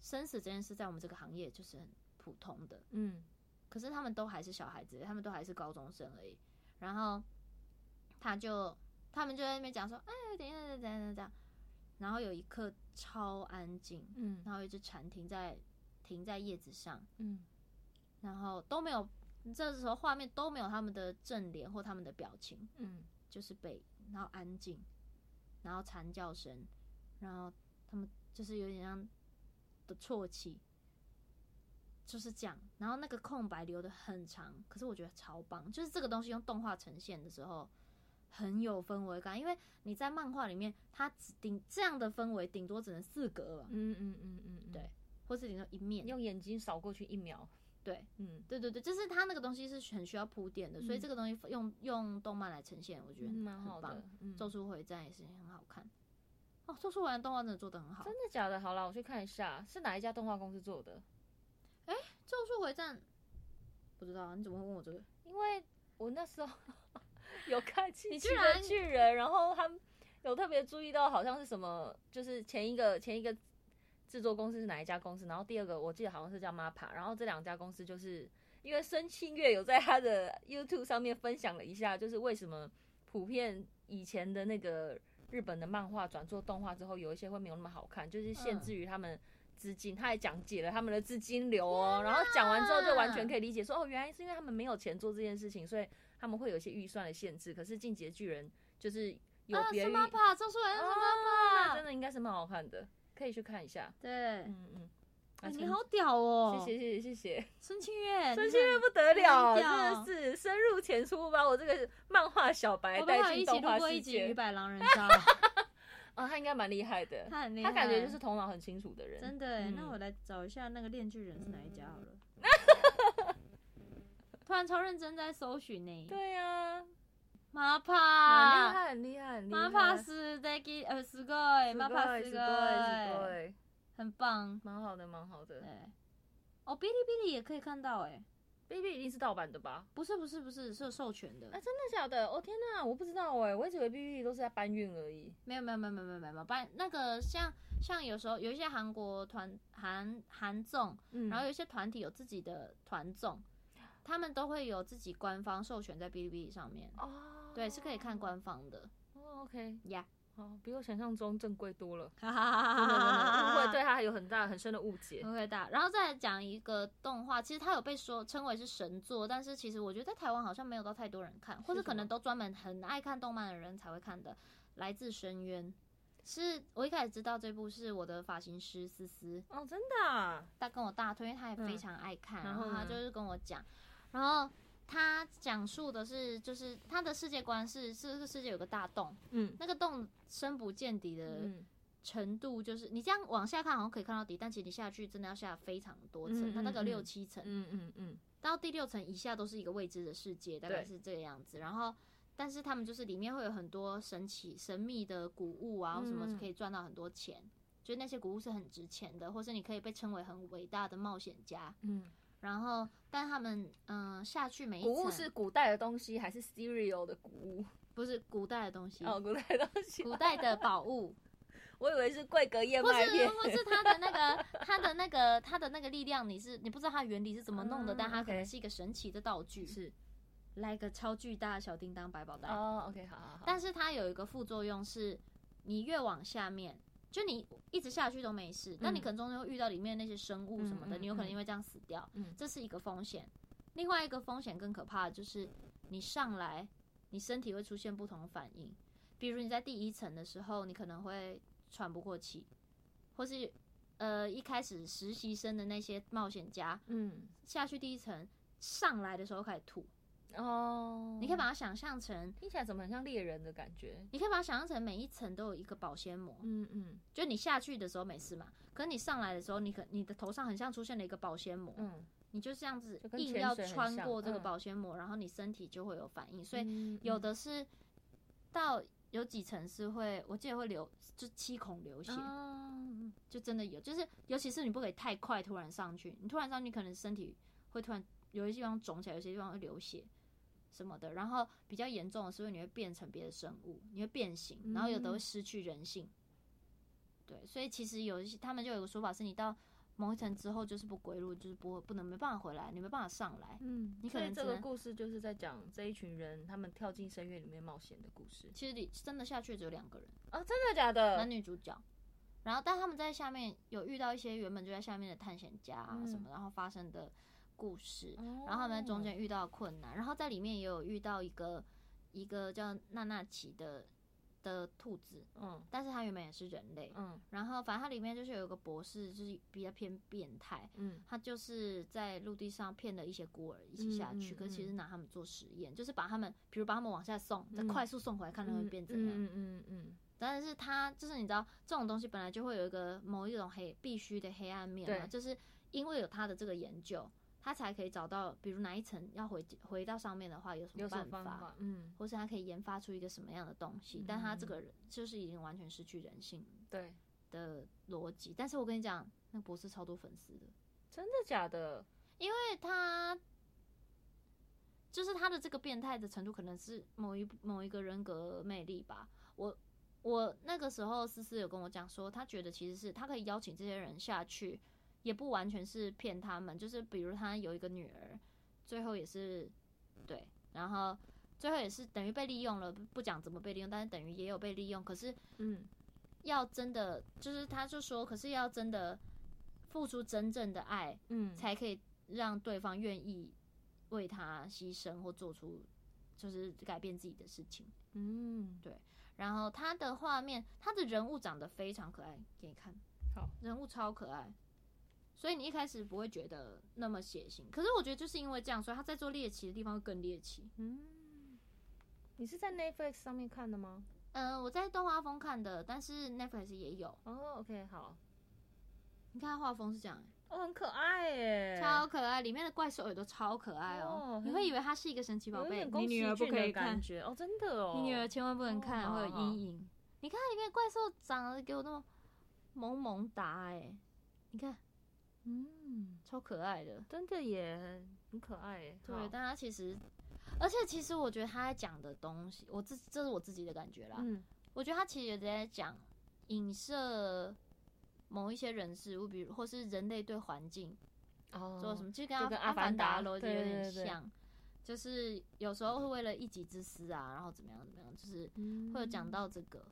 S3: 生死这件事在我们这个行业就是很普通的，
S2: 嗯
S3: 可是他们都还是小孩子，他们都还是高中生而已。然后他就他们就在那边讲说，哎，等一下，等一下，等一下，等一下。然后有一刻超安静，
S2: 嗯
S3: 然后有一只蝉停在停在叶子上，
S2: 嗯
S3: 然后都没有，这时候画面都没有他们的正脸或他们的表情，
S2: 嗯，
S3: 就是背影，然后安静，然后蝉叫声，然后他们就是有点像的啜泣，就是这样，然后那个空白留的很长，可是我觉得超棒，就是这个东西用动画呈现的时候很有氛围感，因为你在漫画里面，它只顶这样的氛围顶多只能四格吧，
S2: 嗯嗯嗯嗯嗯，
S3: 对，或是顶多一面，
S2: 用眼睛扫过去一秒，
S3: 对，
S2: 嗯，
S3: 对对对，就是它那个东西是很需要铺垫的，所以
S2: 嗯
S3: 这个东西用用动漫来呈现，我觉得
S2: 嗯蛮好
S3: 很棒。
S2: 的，嗯，
S3: 咒
S2: 真
S3: 术回战也是很好看哦，咒术回战动画真的做的很好。
S2: 的假的？好了，我去看一下是哪一家动画公司做的，
S3: 咒术回战不知道啊，你怎么会问我这个？
S2: 因为我那时候 (laughs) 有看《机器
S3: 居然
S2: 人巨人》，然后他们有特别注意到，好像是什么，就是前一个前一个制作公司是哪一家公司，然后第二个我记得好像是叫 MAPPA，然后这两家公司就是因为孙清月有在他的 YouTube 上面分享了一下，就是为什么普遍以前的那个日本的漫画转做动画之后，有一些会没有那么好看，就是限制于他们。资金，他还讲解了他们的资金流哦，然后讲完之后就完全可以理解说，哦，原来是因为他们没有钱做这件事情，所以他们会有一些预算的限制。可是《进击的巨人》就是有
S3: 啊，
S2: 别
S3: 是
S2: 于、
S3: 妈爸，咒术回战是妈
S2: 那
S3: 爸
S2: 真。的应该是蛮好看的，可以去看一下。
S3: 对，
S2: 嗯嗯，
S3: 哎
S2: 啊
S3: 你，好屌哦！
S2: 陈谢谢谢谢谢谢，
S3: 孙清月，
S2: 真
S3: 你
S2: 是
S3: 看
S2: 不得了，
S3: 很
S2: 真
S3: 屌
S2: 的是深入浅出，把我这个漫画小白
S3: 我们
S2: 带
S3: 还有
S2: 进
S3: 一起
S2: 动
S3: 录
S2: 画
S3: 过一
S2: 世
S3: 集《鱼
S2: 界。
S3: 百狼人杀》，
S2: 啊，他应该蛮厉害的，
S3: (laughs) 他很厉害，
S2: 他感觉就是头脑很清楚的人。
S3: 真的耶。
S2: 嗯
S3: 那我来找一下那个《链锯人》是哪一家好了。 (laughs) 突然超认真在搜寻呢，
S2: 对呀、
S3: 妈
S2: 啊，
S3: 爸，
S2: 很厉害，很厉害，
S3: 妈
S2: 很厉
S3: 爸
S2: 害。
S3: 是 d a g 呃，すごい，
S2: 哎
S3: 妈爸
S2: す
S3: す
S2: ごいすご
S3: ごい，
S2: いすごい
S3: 很棒。
S2: 蛮好的，蛮好的
S3: 对。，哦，哔哩哔哩也可以看到哎，
S2: Baby 一定是盗版的吧？
S3: 不是不是不是，是有授权的
S2: 啊，。真的假的？哦天哪，我不知道哎、我一直以为 Baby 都是在搬运而已。
S3: 没有没有没有没有没有没有，不然那个像像有时候有一些韩国团韩韩综，
S2: 嗯
S3: 然后有一些团体有自己的团综，他们都会有自己官方授权在哔哩哔哩上面，
S2: 哦，
S3: 对，是可以看。官方的
S2: 哦，OK，
S3: 呀，
S2: 好，比我想象中正规多 (laughs) 了。
S3: 哈哈哈
S2: 真的真的误
S3: 哈
S2: 会对他有很大很深的误解。
S3: 不会大，然后再来讲一个动画，其实它有被说称为是神作，但是其实我觉得在台湾好像没有到太多人看，或者
S2: 是什
S3: 可能
S2: 么
S3: 都专门很爱看动漫的人才会看的，《来自深渊》。是我一开始知道这部是我的发型师思思，
S2: 哦，真的、啊，
S3: 他跟我大推，因为他也非
S2: 嗯
S3: 常爱看，
S2: 然
S3: 然后
S2: 后
S3: 他
S2: 呢
S3: 就是跟我讲，然后他讲述的是，就是他的世界观是，是这个世界有个大洞，
S2: 嗯
S3: 那个洞深不见底的
S2: 嗯
S3: 程度，就是、你这样往下看好像可以看到底，但其实你下去真的要下非常多层，
S2: 嗯
S3: 它大概
S2: 嗯
S3: 六
S2: 嗯
S3: 七层，
S2: 嗯嗯嗯，
S3: 到第六层以下都是一个未知的世界，大概
S2: 对
S3: 是这个样子。然后，但是他们就是里面会有很多神奇、神秘的古物啊，
S2: 嗯
S3: 什么可以赚到很多钱，就是那些古物是很值钱的，或是你可以被称为很伟大的冒险家。
S2: 嗯，
S3: 然后，但他们嗯、呃下去每一层
S2: 古物是古代的东西还是 cereal 的古物？
S3: 不是古代的东西？
S2: 哦，古代的东西，
S3: 古代的宝物，
S2: 我以为是桂格燕
S3: 或
S2: 麦
S3: 是
S2: 片。
S3: 或是它的那
S2: (laughs)
S3: 个它的那个它的那个力量，你是你不知道它原理是怎么弄的，
S2: 嗯
S3: 但它可能
S2: OK
S3: 是一个神奇的道具，
S2: 是
S3: 来个超巨大的小叮当百宝袋。
S2: 哦，OK，好好好。
S3: 但是它有一个副作用是，你越往下面，就你一直下去都没事，但你可能中间会遇到里面那些生物什么的，
S2: 嗯嗯嗯
S3: 你有可能
S2: 嗯
S3: 因为这样死掉，
S2: 嗯
S3: 这是一个风险。另外一个风险更可怕的就是，你上来，你身体会出现不同的反应，比如你在第一层的时候，你可能会喘不过气，或是呃一开始实习生的那些冒险家
S2: 嗯，
S3: 下去第一层。上来的时候开始吐，
S2: 哦，
S3: 你可以把它想象成，
S2: 听起来怎么很像猎人的感觉？
S3: 你可以把它想象成每一层都有一个保鲜膜，
S2: 嗯嗯
S3: 就你下去的时候没事嘛，可是你上来的时候，你可你的头上很像出现了一个保鲜膜，
S2: 嗯，
S3: 你就这样子
S2: 就跟
S3: 硬
S2: 潜
S3: 要
S2: 水很
S3: 穿
S2: 像
S3: 过这个
S2: 嗯
S3: 保鲜膜，然后你身体就会有反应。所以
S2: 以
S3: 有的是到有几层是会，我记得会流，就七孔流血，
S2: 嗯
S3: 就真的有，就是尤其是你不可以太快突然上去，你突然上去可能身体会突然有些地方肿起来，有些地方会流血什么的。然后比较严重的是会你会变成别的生物，你会变形，然后有的会
S2: 嗯
S3: 失去人性。对，所以其实有一些他们就有个说法是，你到某一层之后就是不归路，就是不不能没办法回来，你没办法上来。
S2: 嗯，
S3: 你可
S2: 所以
S3: 能
S2: 这
S3: 只
S2: 个
S3: 能
S2: 故事就是在讲这一群人他们跳进深渊里面冒险的故事
S3: 其实你真的下去只有两个人，
S2: 啊，真的假的
S3: 男？女主角。然后，但他们在下面有遇到一些原本就在下面的探险家啊什
S2: 嗯哦
S3: 么，然后发生的故事。
S2: 然
S3: 然后他们在中间遇到困难，然后在里面也有遇到一个一个叫娜娜奇的的兔子，
S2: 嗯
S3: 但是它原本也是人类。
S2: 嗯
S3: 然后反正它里面就是有一个博士，就是比较偏变态，
S2: 嗯
S3: 他就是在陆地上骗了一些孤儿一起下去，
S2: 嗯嗯
S3: 可是其实
S2: 嗯
S3: 拿他们做实验，就是把他们，比如把他们往下送，再
S2: 嗯
S3: 快速送回来，看他们会变怎样。
S2: 嗯嗯嗯
S3: 但是它就是你知道，这种东西本来就会有一个某一种黑必须的黑暗面嘛，
S2: 对
S3: 就是因为有他的这个研究，他才可以找到，比如哪一层要回回到上面的话，有什
S2: 嗯，有
S3: 么
S2: 什么
S3: 办
S2: 方法？嗯，
S3: 或是他可以研发出一个什么样的东西，但他这
S2: 嗯
S3: 个人就是已经完全失去人性
S2: 对，
S3: 的逻辑。但是我跟你讲，那个博士超多粉丝的，
S2: 真的假的？
S3: 因为他就是他的这个变态的程度，可能是某一某一个人格魅力吧。我我那个时候思思有跟我讲说，他觉得其实是他可以邀请这些人下去，也不完全是骗他们，就是比如他有一个女儿，最后也是对，然后。最后也是等于被利用了，不不讲怎么被利用，但是等于也有被利用。可是
S2: 嗯
S3: 要真的，就是他就说，可是要真的付出真正的爱，
S2: 嗯，
S3: 才可以让对方愿意为他牺牲或做出就是改变自己的事情。
S2: 嗯
S3: 然后他的画面，他的人物长得非常可爱，给你看。
S2: 好，
S3: 人物超可爱，所以你一开始不会觉得那么血腥。可是我觉得就是因为这样，所以他在做猎奇的地方会更猎奇。
S2: 嗯，你是在 Netflix 上面看的吗？
S3: 嗯、我在动画风看的，但是 Netflix 也有。
S2: 哦，OK，好，
S3: 你看他画风是这样、
S2: 哦，很可爱耶，
S3: 超可爱，里面的怪兽也都超可爱哦，
S2: 哦
S3: 你会以为它是一个神奇宝
S2: 有一
S3: 贝，
S2: 点宫
S3: 你女
S2: 崎
S3: 儿不
S2: 骏
S3: 可
S2: 的
S3: 以
S2: 感
S3: 看。
S2: 觉哦，真的哦，
S3: 你女儿千万不能看，
S2: 哦
S3: 会有
S2: 好好
S3: 阴影。你看里面怪兽长得给我那么萌萌哒哎、你看
S2: 嗯，
S3: 超可爱的。
S2: 真的也很很可爱耶，
S3: 对
S2: 好，
S3: 但他其实，而且其实我觉得他在讲的东西，我自这是我自己的感觉啦。
S2: 嗯
S3: 我觉得他其实也在讲影射某一些人事物，比如或是人类对环境
S2: 哦，
S3: 做什么，其实跟
S2: 就
S3: 阿
S2: 跟
S3: 阿
S2: 阿
S3: 凡
S2: 凡
S3: 达
S2: 达
S3: 逻辑有
S2: 对
S3: 点
S2: 对对
S3: 像，就是有时候会为了一己之私啊，然后怎么样怎么样，就是。
S2: 嗯
S3: 会有讲到这个，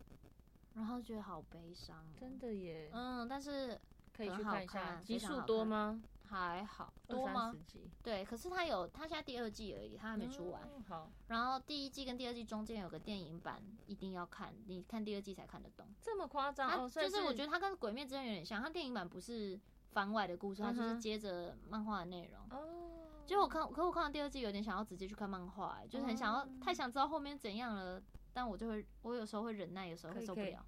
S3: 然后觉得好悲伤、哦，
S2: 真。的耶，
S3: 嗯，但是
S2: 可以
S3: 很
S2: 去
S3: 好
S2: 看一下，
S3: 看
S2: 集
S3: 非常
S2: 数
S3: 好
S2: 多
S3: 看
S2: 吗？
S3: 还好
S2: 二
S3: 多
S2: 三
S3: 吗
S2: 十？集
S3: 对，可是它有，它现在第二季而已，它还
S2: 还
S3: 没出完。
S2: 嗯好，
S3: 然后第一季跟第二季中间有个电影版，一定要看，你看第二季才看得懂。
S2: 这么夸张
S3: 它
S2: 哦，所以
S3: 啊就是我觉
S2: 得
S3: 得它跟《鬼灭之刃》有点像，它电影版不是番外的故事，它就
S2: 嗯
S3: 是
S2: 哼
S3: 接着漫画的内容。
S2: 哦，
S3: 就我看，可我看到第二季有点想要直接去看漫画、欸，就是很想要
S2: 哦，
S3: 太想知道后面怎样了。但我就会，我有时候会忍耐，有时候
S2: 可
S3: 会
S2: 以
S3: 受不
S2: 可以
S3: 了。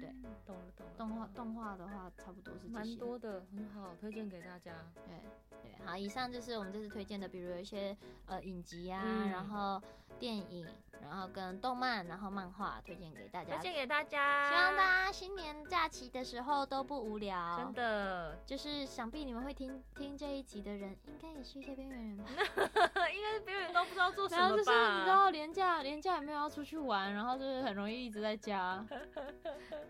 S3: 对
S2: 嗯，懂了懂了，
S3: 动画
S2: 懂了
S3: 动画的话，差不多是这
S2: 蛮
S3: 些。
S2: 多的，很好，推荐给大家。
S3: 对对，好，以上就是我们这次推荐的，比如有一些呃影集啊，
S2: 嗯
S3: 然后电影，然后跟动漫，然后漫画，推荐给大家。
S2: 推
S3: 希
S2: 荐给大家，
S3: 望大家新年假期的时候都不无聊。
S2: 真，的， (laughs)
S3: 就是想必你们会听听这一集的人，应该也是一些边缘人吧。
S2: 因为别人都不
S3: (laughs)
S2: 知道做什
S3: 然后
S2: 么
S3: 就是
S2: 吧，
S3: 你知道廉价廉价也没有要出去玩，然后就是很容易一直在 (laughs) 家。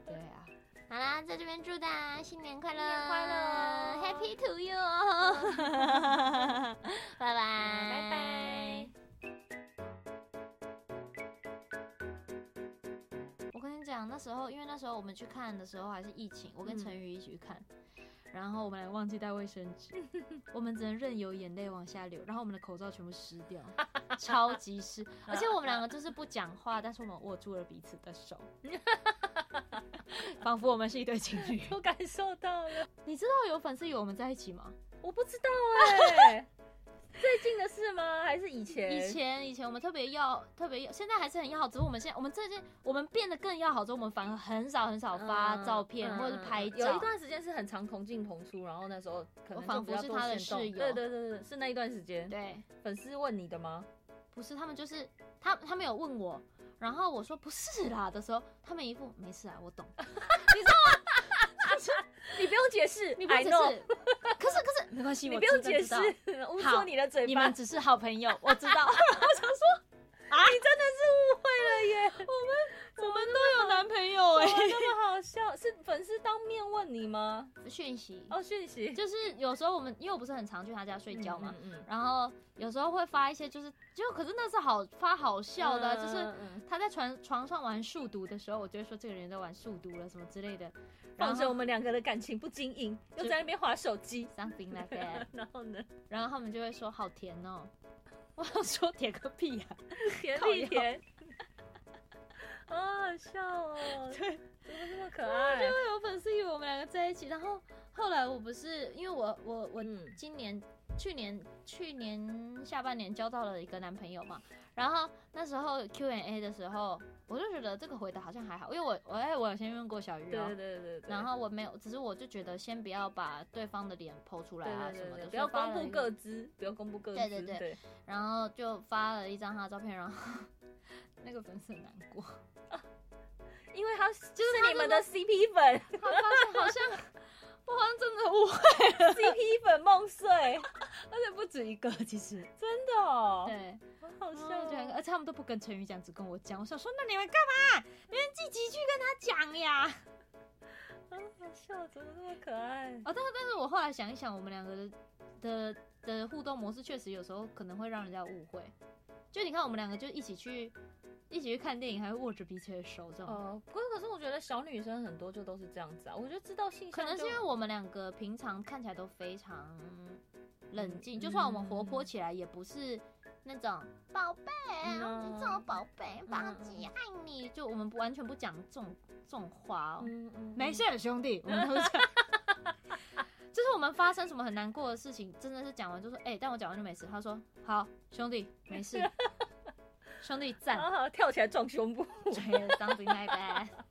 S3: 对啊。好啦，在这边祝大家新年快乐，
S2: 新年快
S3: ，Happy
S2: 乐
S3: to you (laughs) 哦，拜拜，拜
S2: 拜拜。
S3: 我跟你讲，那时候因为那时候我们去看的时候还是疫情，我跟
S2: 嗯
S3: 陈宇一起去看，然后我们还忘记带卫生 (laughs) 纸，我们只能任由眼泪往下流，然后我们的口罩全部湿 (laughs) 掉，超级 (laughs) 湿，而且我们两个就是不讲话，但是我们握住了彼此的手，仿佛我们是一对情侣。
S2: 我感受到了，
S3: 你知道有粉丝以为我们在一起吗？
S2: 我不知道哎、 (laughs) 最近的事吗？还是以前？
S3: 以前以前我们特别要特别要，现在还是很要好，只是我们现在我们最近我们变得更要好之后，我们反而很少很少发
S2: 嗯
S3: 照片、
S2: 嗯
S3: 或者是拍照。
S2: 有一段时间是很常同进同出，然后那时候可能
S3: 我仿佛
S2: 就比较多
S3: 是他的
S2: 线动
S3: 室友
S2: 对对对对，是那一段时间。
S3: 对，
S2: 粉丝问你的吗？
S3: 不是他们就是他他们有问我，然后我说不是啦的时候，他们一副没事啊，我
S2: (laughs)
S3: 懂，
S2: 你不用解释，
S3: 你不用解
S2: I
S3: 释。 (laughs) 可是可是没关系，
S2: know，你
S3: 我
S2: 不用
S3: 知道
S2: 解
S3: 知
S2: 释 (laughs)
S3: 道， (laughs)
S2: 捂
S3: 好
S2: 住你的嘴
S3: 你
S2: 巴。
S3: 们只是好朋友，我知道。
S2: 啊，你真的是误
S3: (laughs)
S2: 会了耶！
S3: 我们都有男朋友
S2: 哇，那么好笑，是粉丝当面问你吗？
S3: 啊讯息
S2: 哦，讯息
S3: 就是有时候我们因为我不是很常去他家睡觉嘛，？
S2: 嗯嗯嗯
S3: 然后有时候会发一些就是就可是那是好发好笑的啊，就是
S2: 嗯嗯嗯
S3: 他在床床上玩数独的时候，我就会说这个人在玩数独了什么之类的，然
S2: 放着我
S3: 后
S2: 们两个的感情不经营，又在那边划手机，
S3: something like (laughs) that，
S2: (laughs) 然后呢，
S3: 然后他们就会说好甜哦，我想说甜个屁啊！
S2: 甜 (laughs)
S3: 靠腰
S2: 蜜甜，啊，好笑 (laughs) 哦，
S3: 对，
S2: 怎么那么可爱？
S3: 有粉丝以为我们两个在一起，然后后来我不是因为我我我
S2: 嗯
S3: 今年、去年去年下半年交到了一个男朋友嘛，然后那时候 Q&A 的时候，我就觉得这个回答好像还好，因为我我哎我有先问过小鱼
S2: 对
S3: 哦、
S2: 对对对对，
S3: 然后我没有，只是我就觉得先不要把对方的脸剖出来
S2: 对
S3: 啊
S2: 对
S3: 什
S2: 对
S3: 么
S2: 对，
S3: 的，
S2: 不要
S3: 所以发
S2: 公
S3: 了
S2: 布
S3: 一个
S2: 各资，不要公布各资，
S3: 对对对
S2: 对， (laughs)
S3: 然后就发了一张他的照片，然后 (laughs) 那个粉丝很难过，
S2: 因为他就是
S3: 他
S2: 你们的 CP (laughs) 粉
S3: 他发现好像我好像真的误会，
S2: ，CP 粉梦 (laughs) 碎，
S3: 而且不止一个，其实
S2: 真的哦，
S3: 对。
S2: 好好笑
S3: 对，就很
S2: 哦。
S3: 而且他们都不跟陈宇讲，只跟我讲。我想说，那你们干嘛？你们自己去跟他讲呀。
S2: 啊好笑，怎么那么可爱？
S3: 哦，但是但是我后来想一想，我们两个的的的互动模式确实有时候可能会让人家误会。就你看，我们两个就一起去一起去看电影，还会握着彼此的手这种。
S2: 哦，不过可是我觉得小女生很多就都是这样子啊，我觉得知道性
S3: 可
S2: 向
S3: 能是因为
S2: 就
S3: 我们两个平常看起来都非常冷
S2: 嗯
S3: 静，就算我们活泼起来，也不是那种宝贝，
S2: 嗯
S3: 你这种宝贝，邦吉爱你，就我们不完全不讲这种这种话哦。
S2: 嗯嗯
S3: 没事，兄弟，我们都是这样。就是我们发生什么很难过的事情，真的是讲完就说，哎、但我讲完就没事。他说，好，兄弟，
S2: (laughs)
S3: 没事，兄弟
S2: 嗯，
S3: 赞，
S2: (laughs) 好好跳起来撞胸部，
S3: 对，当兵拜拜。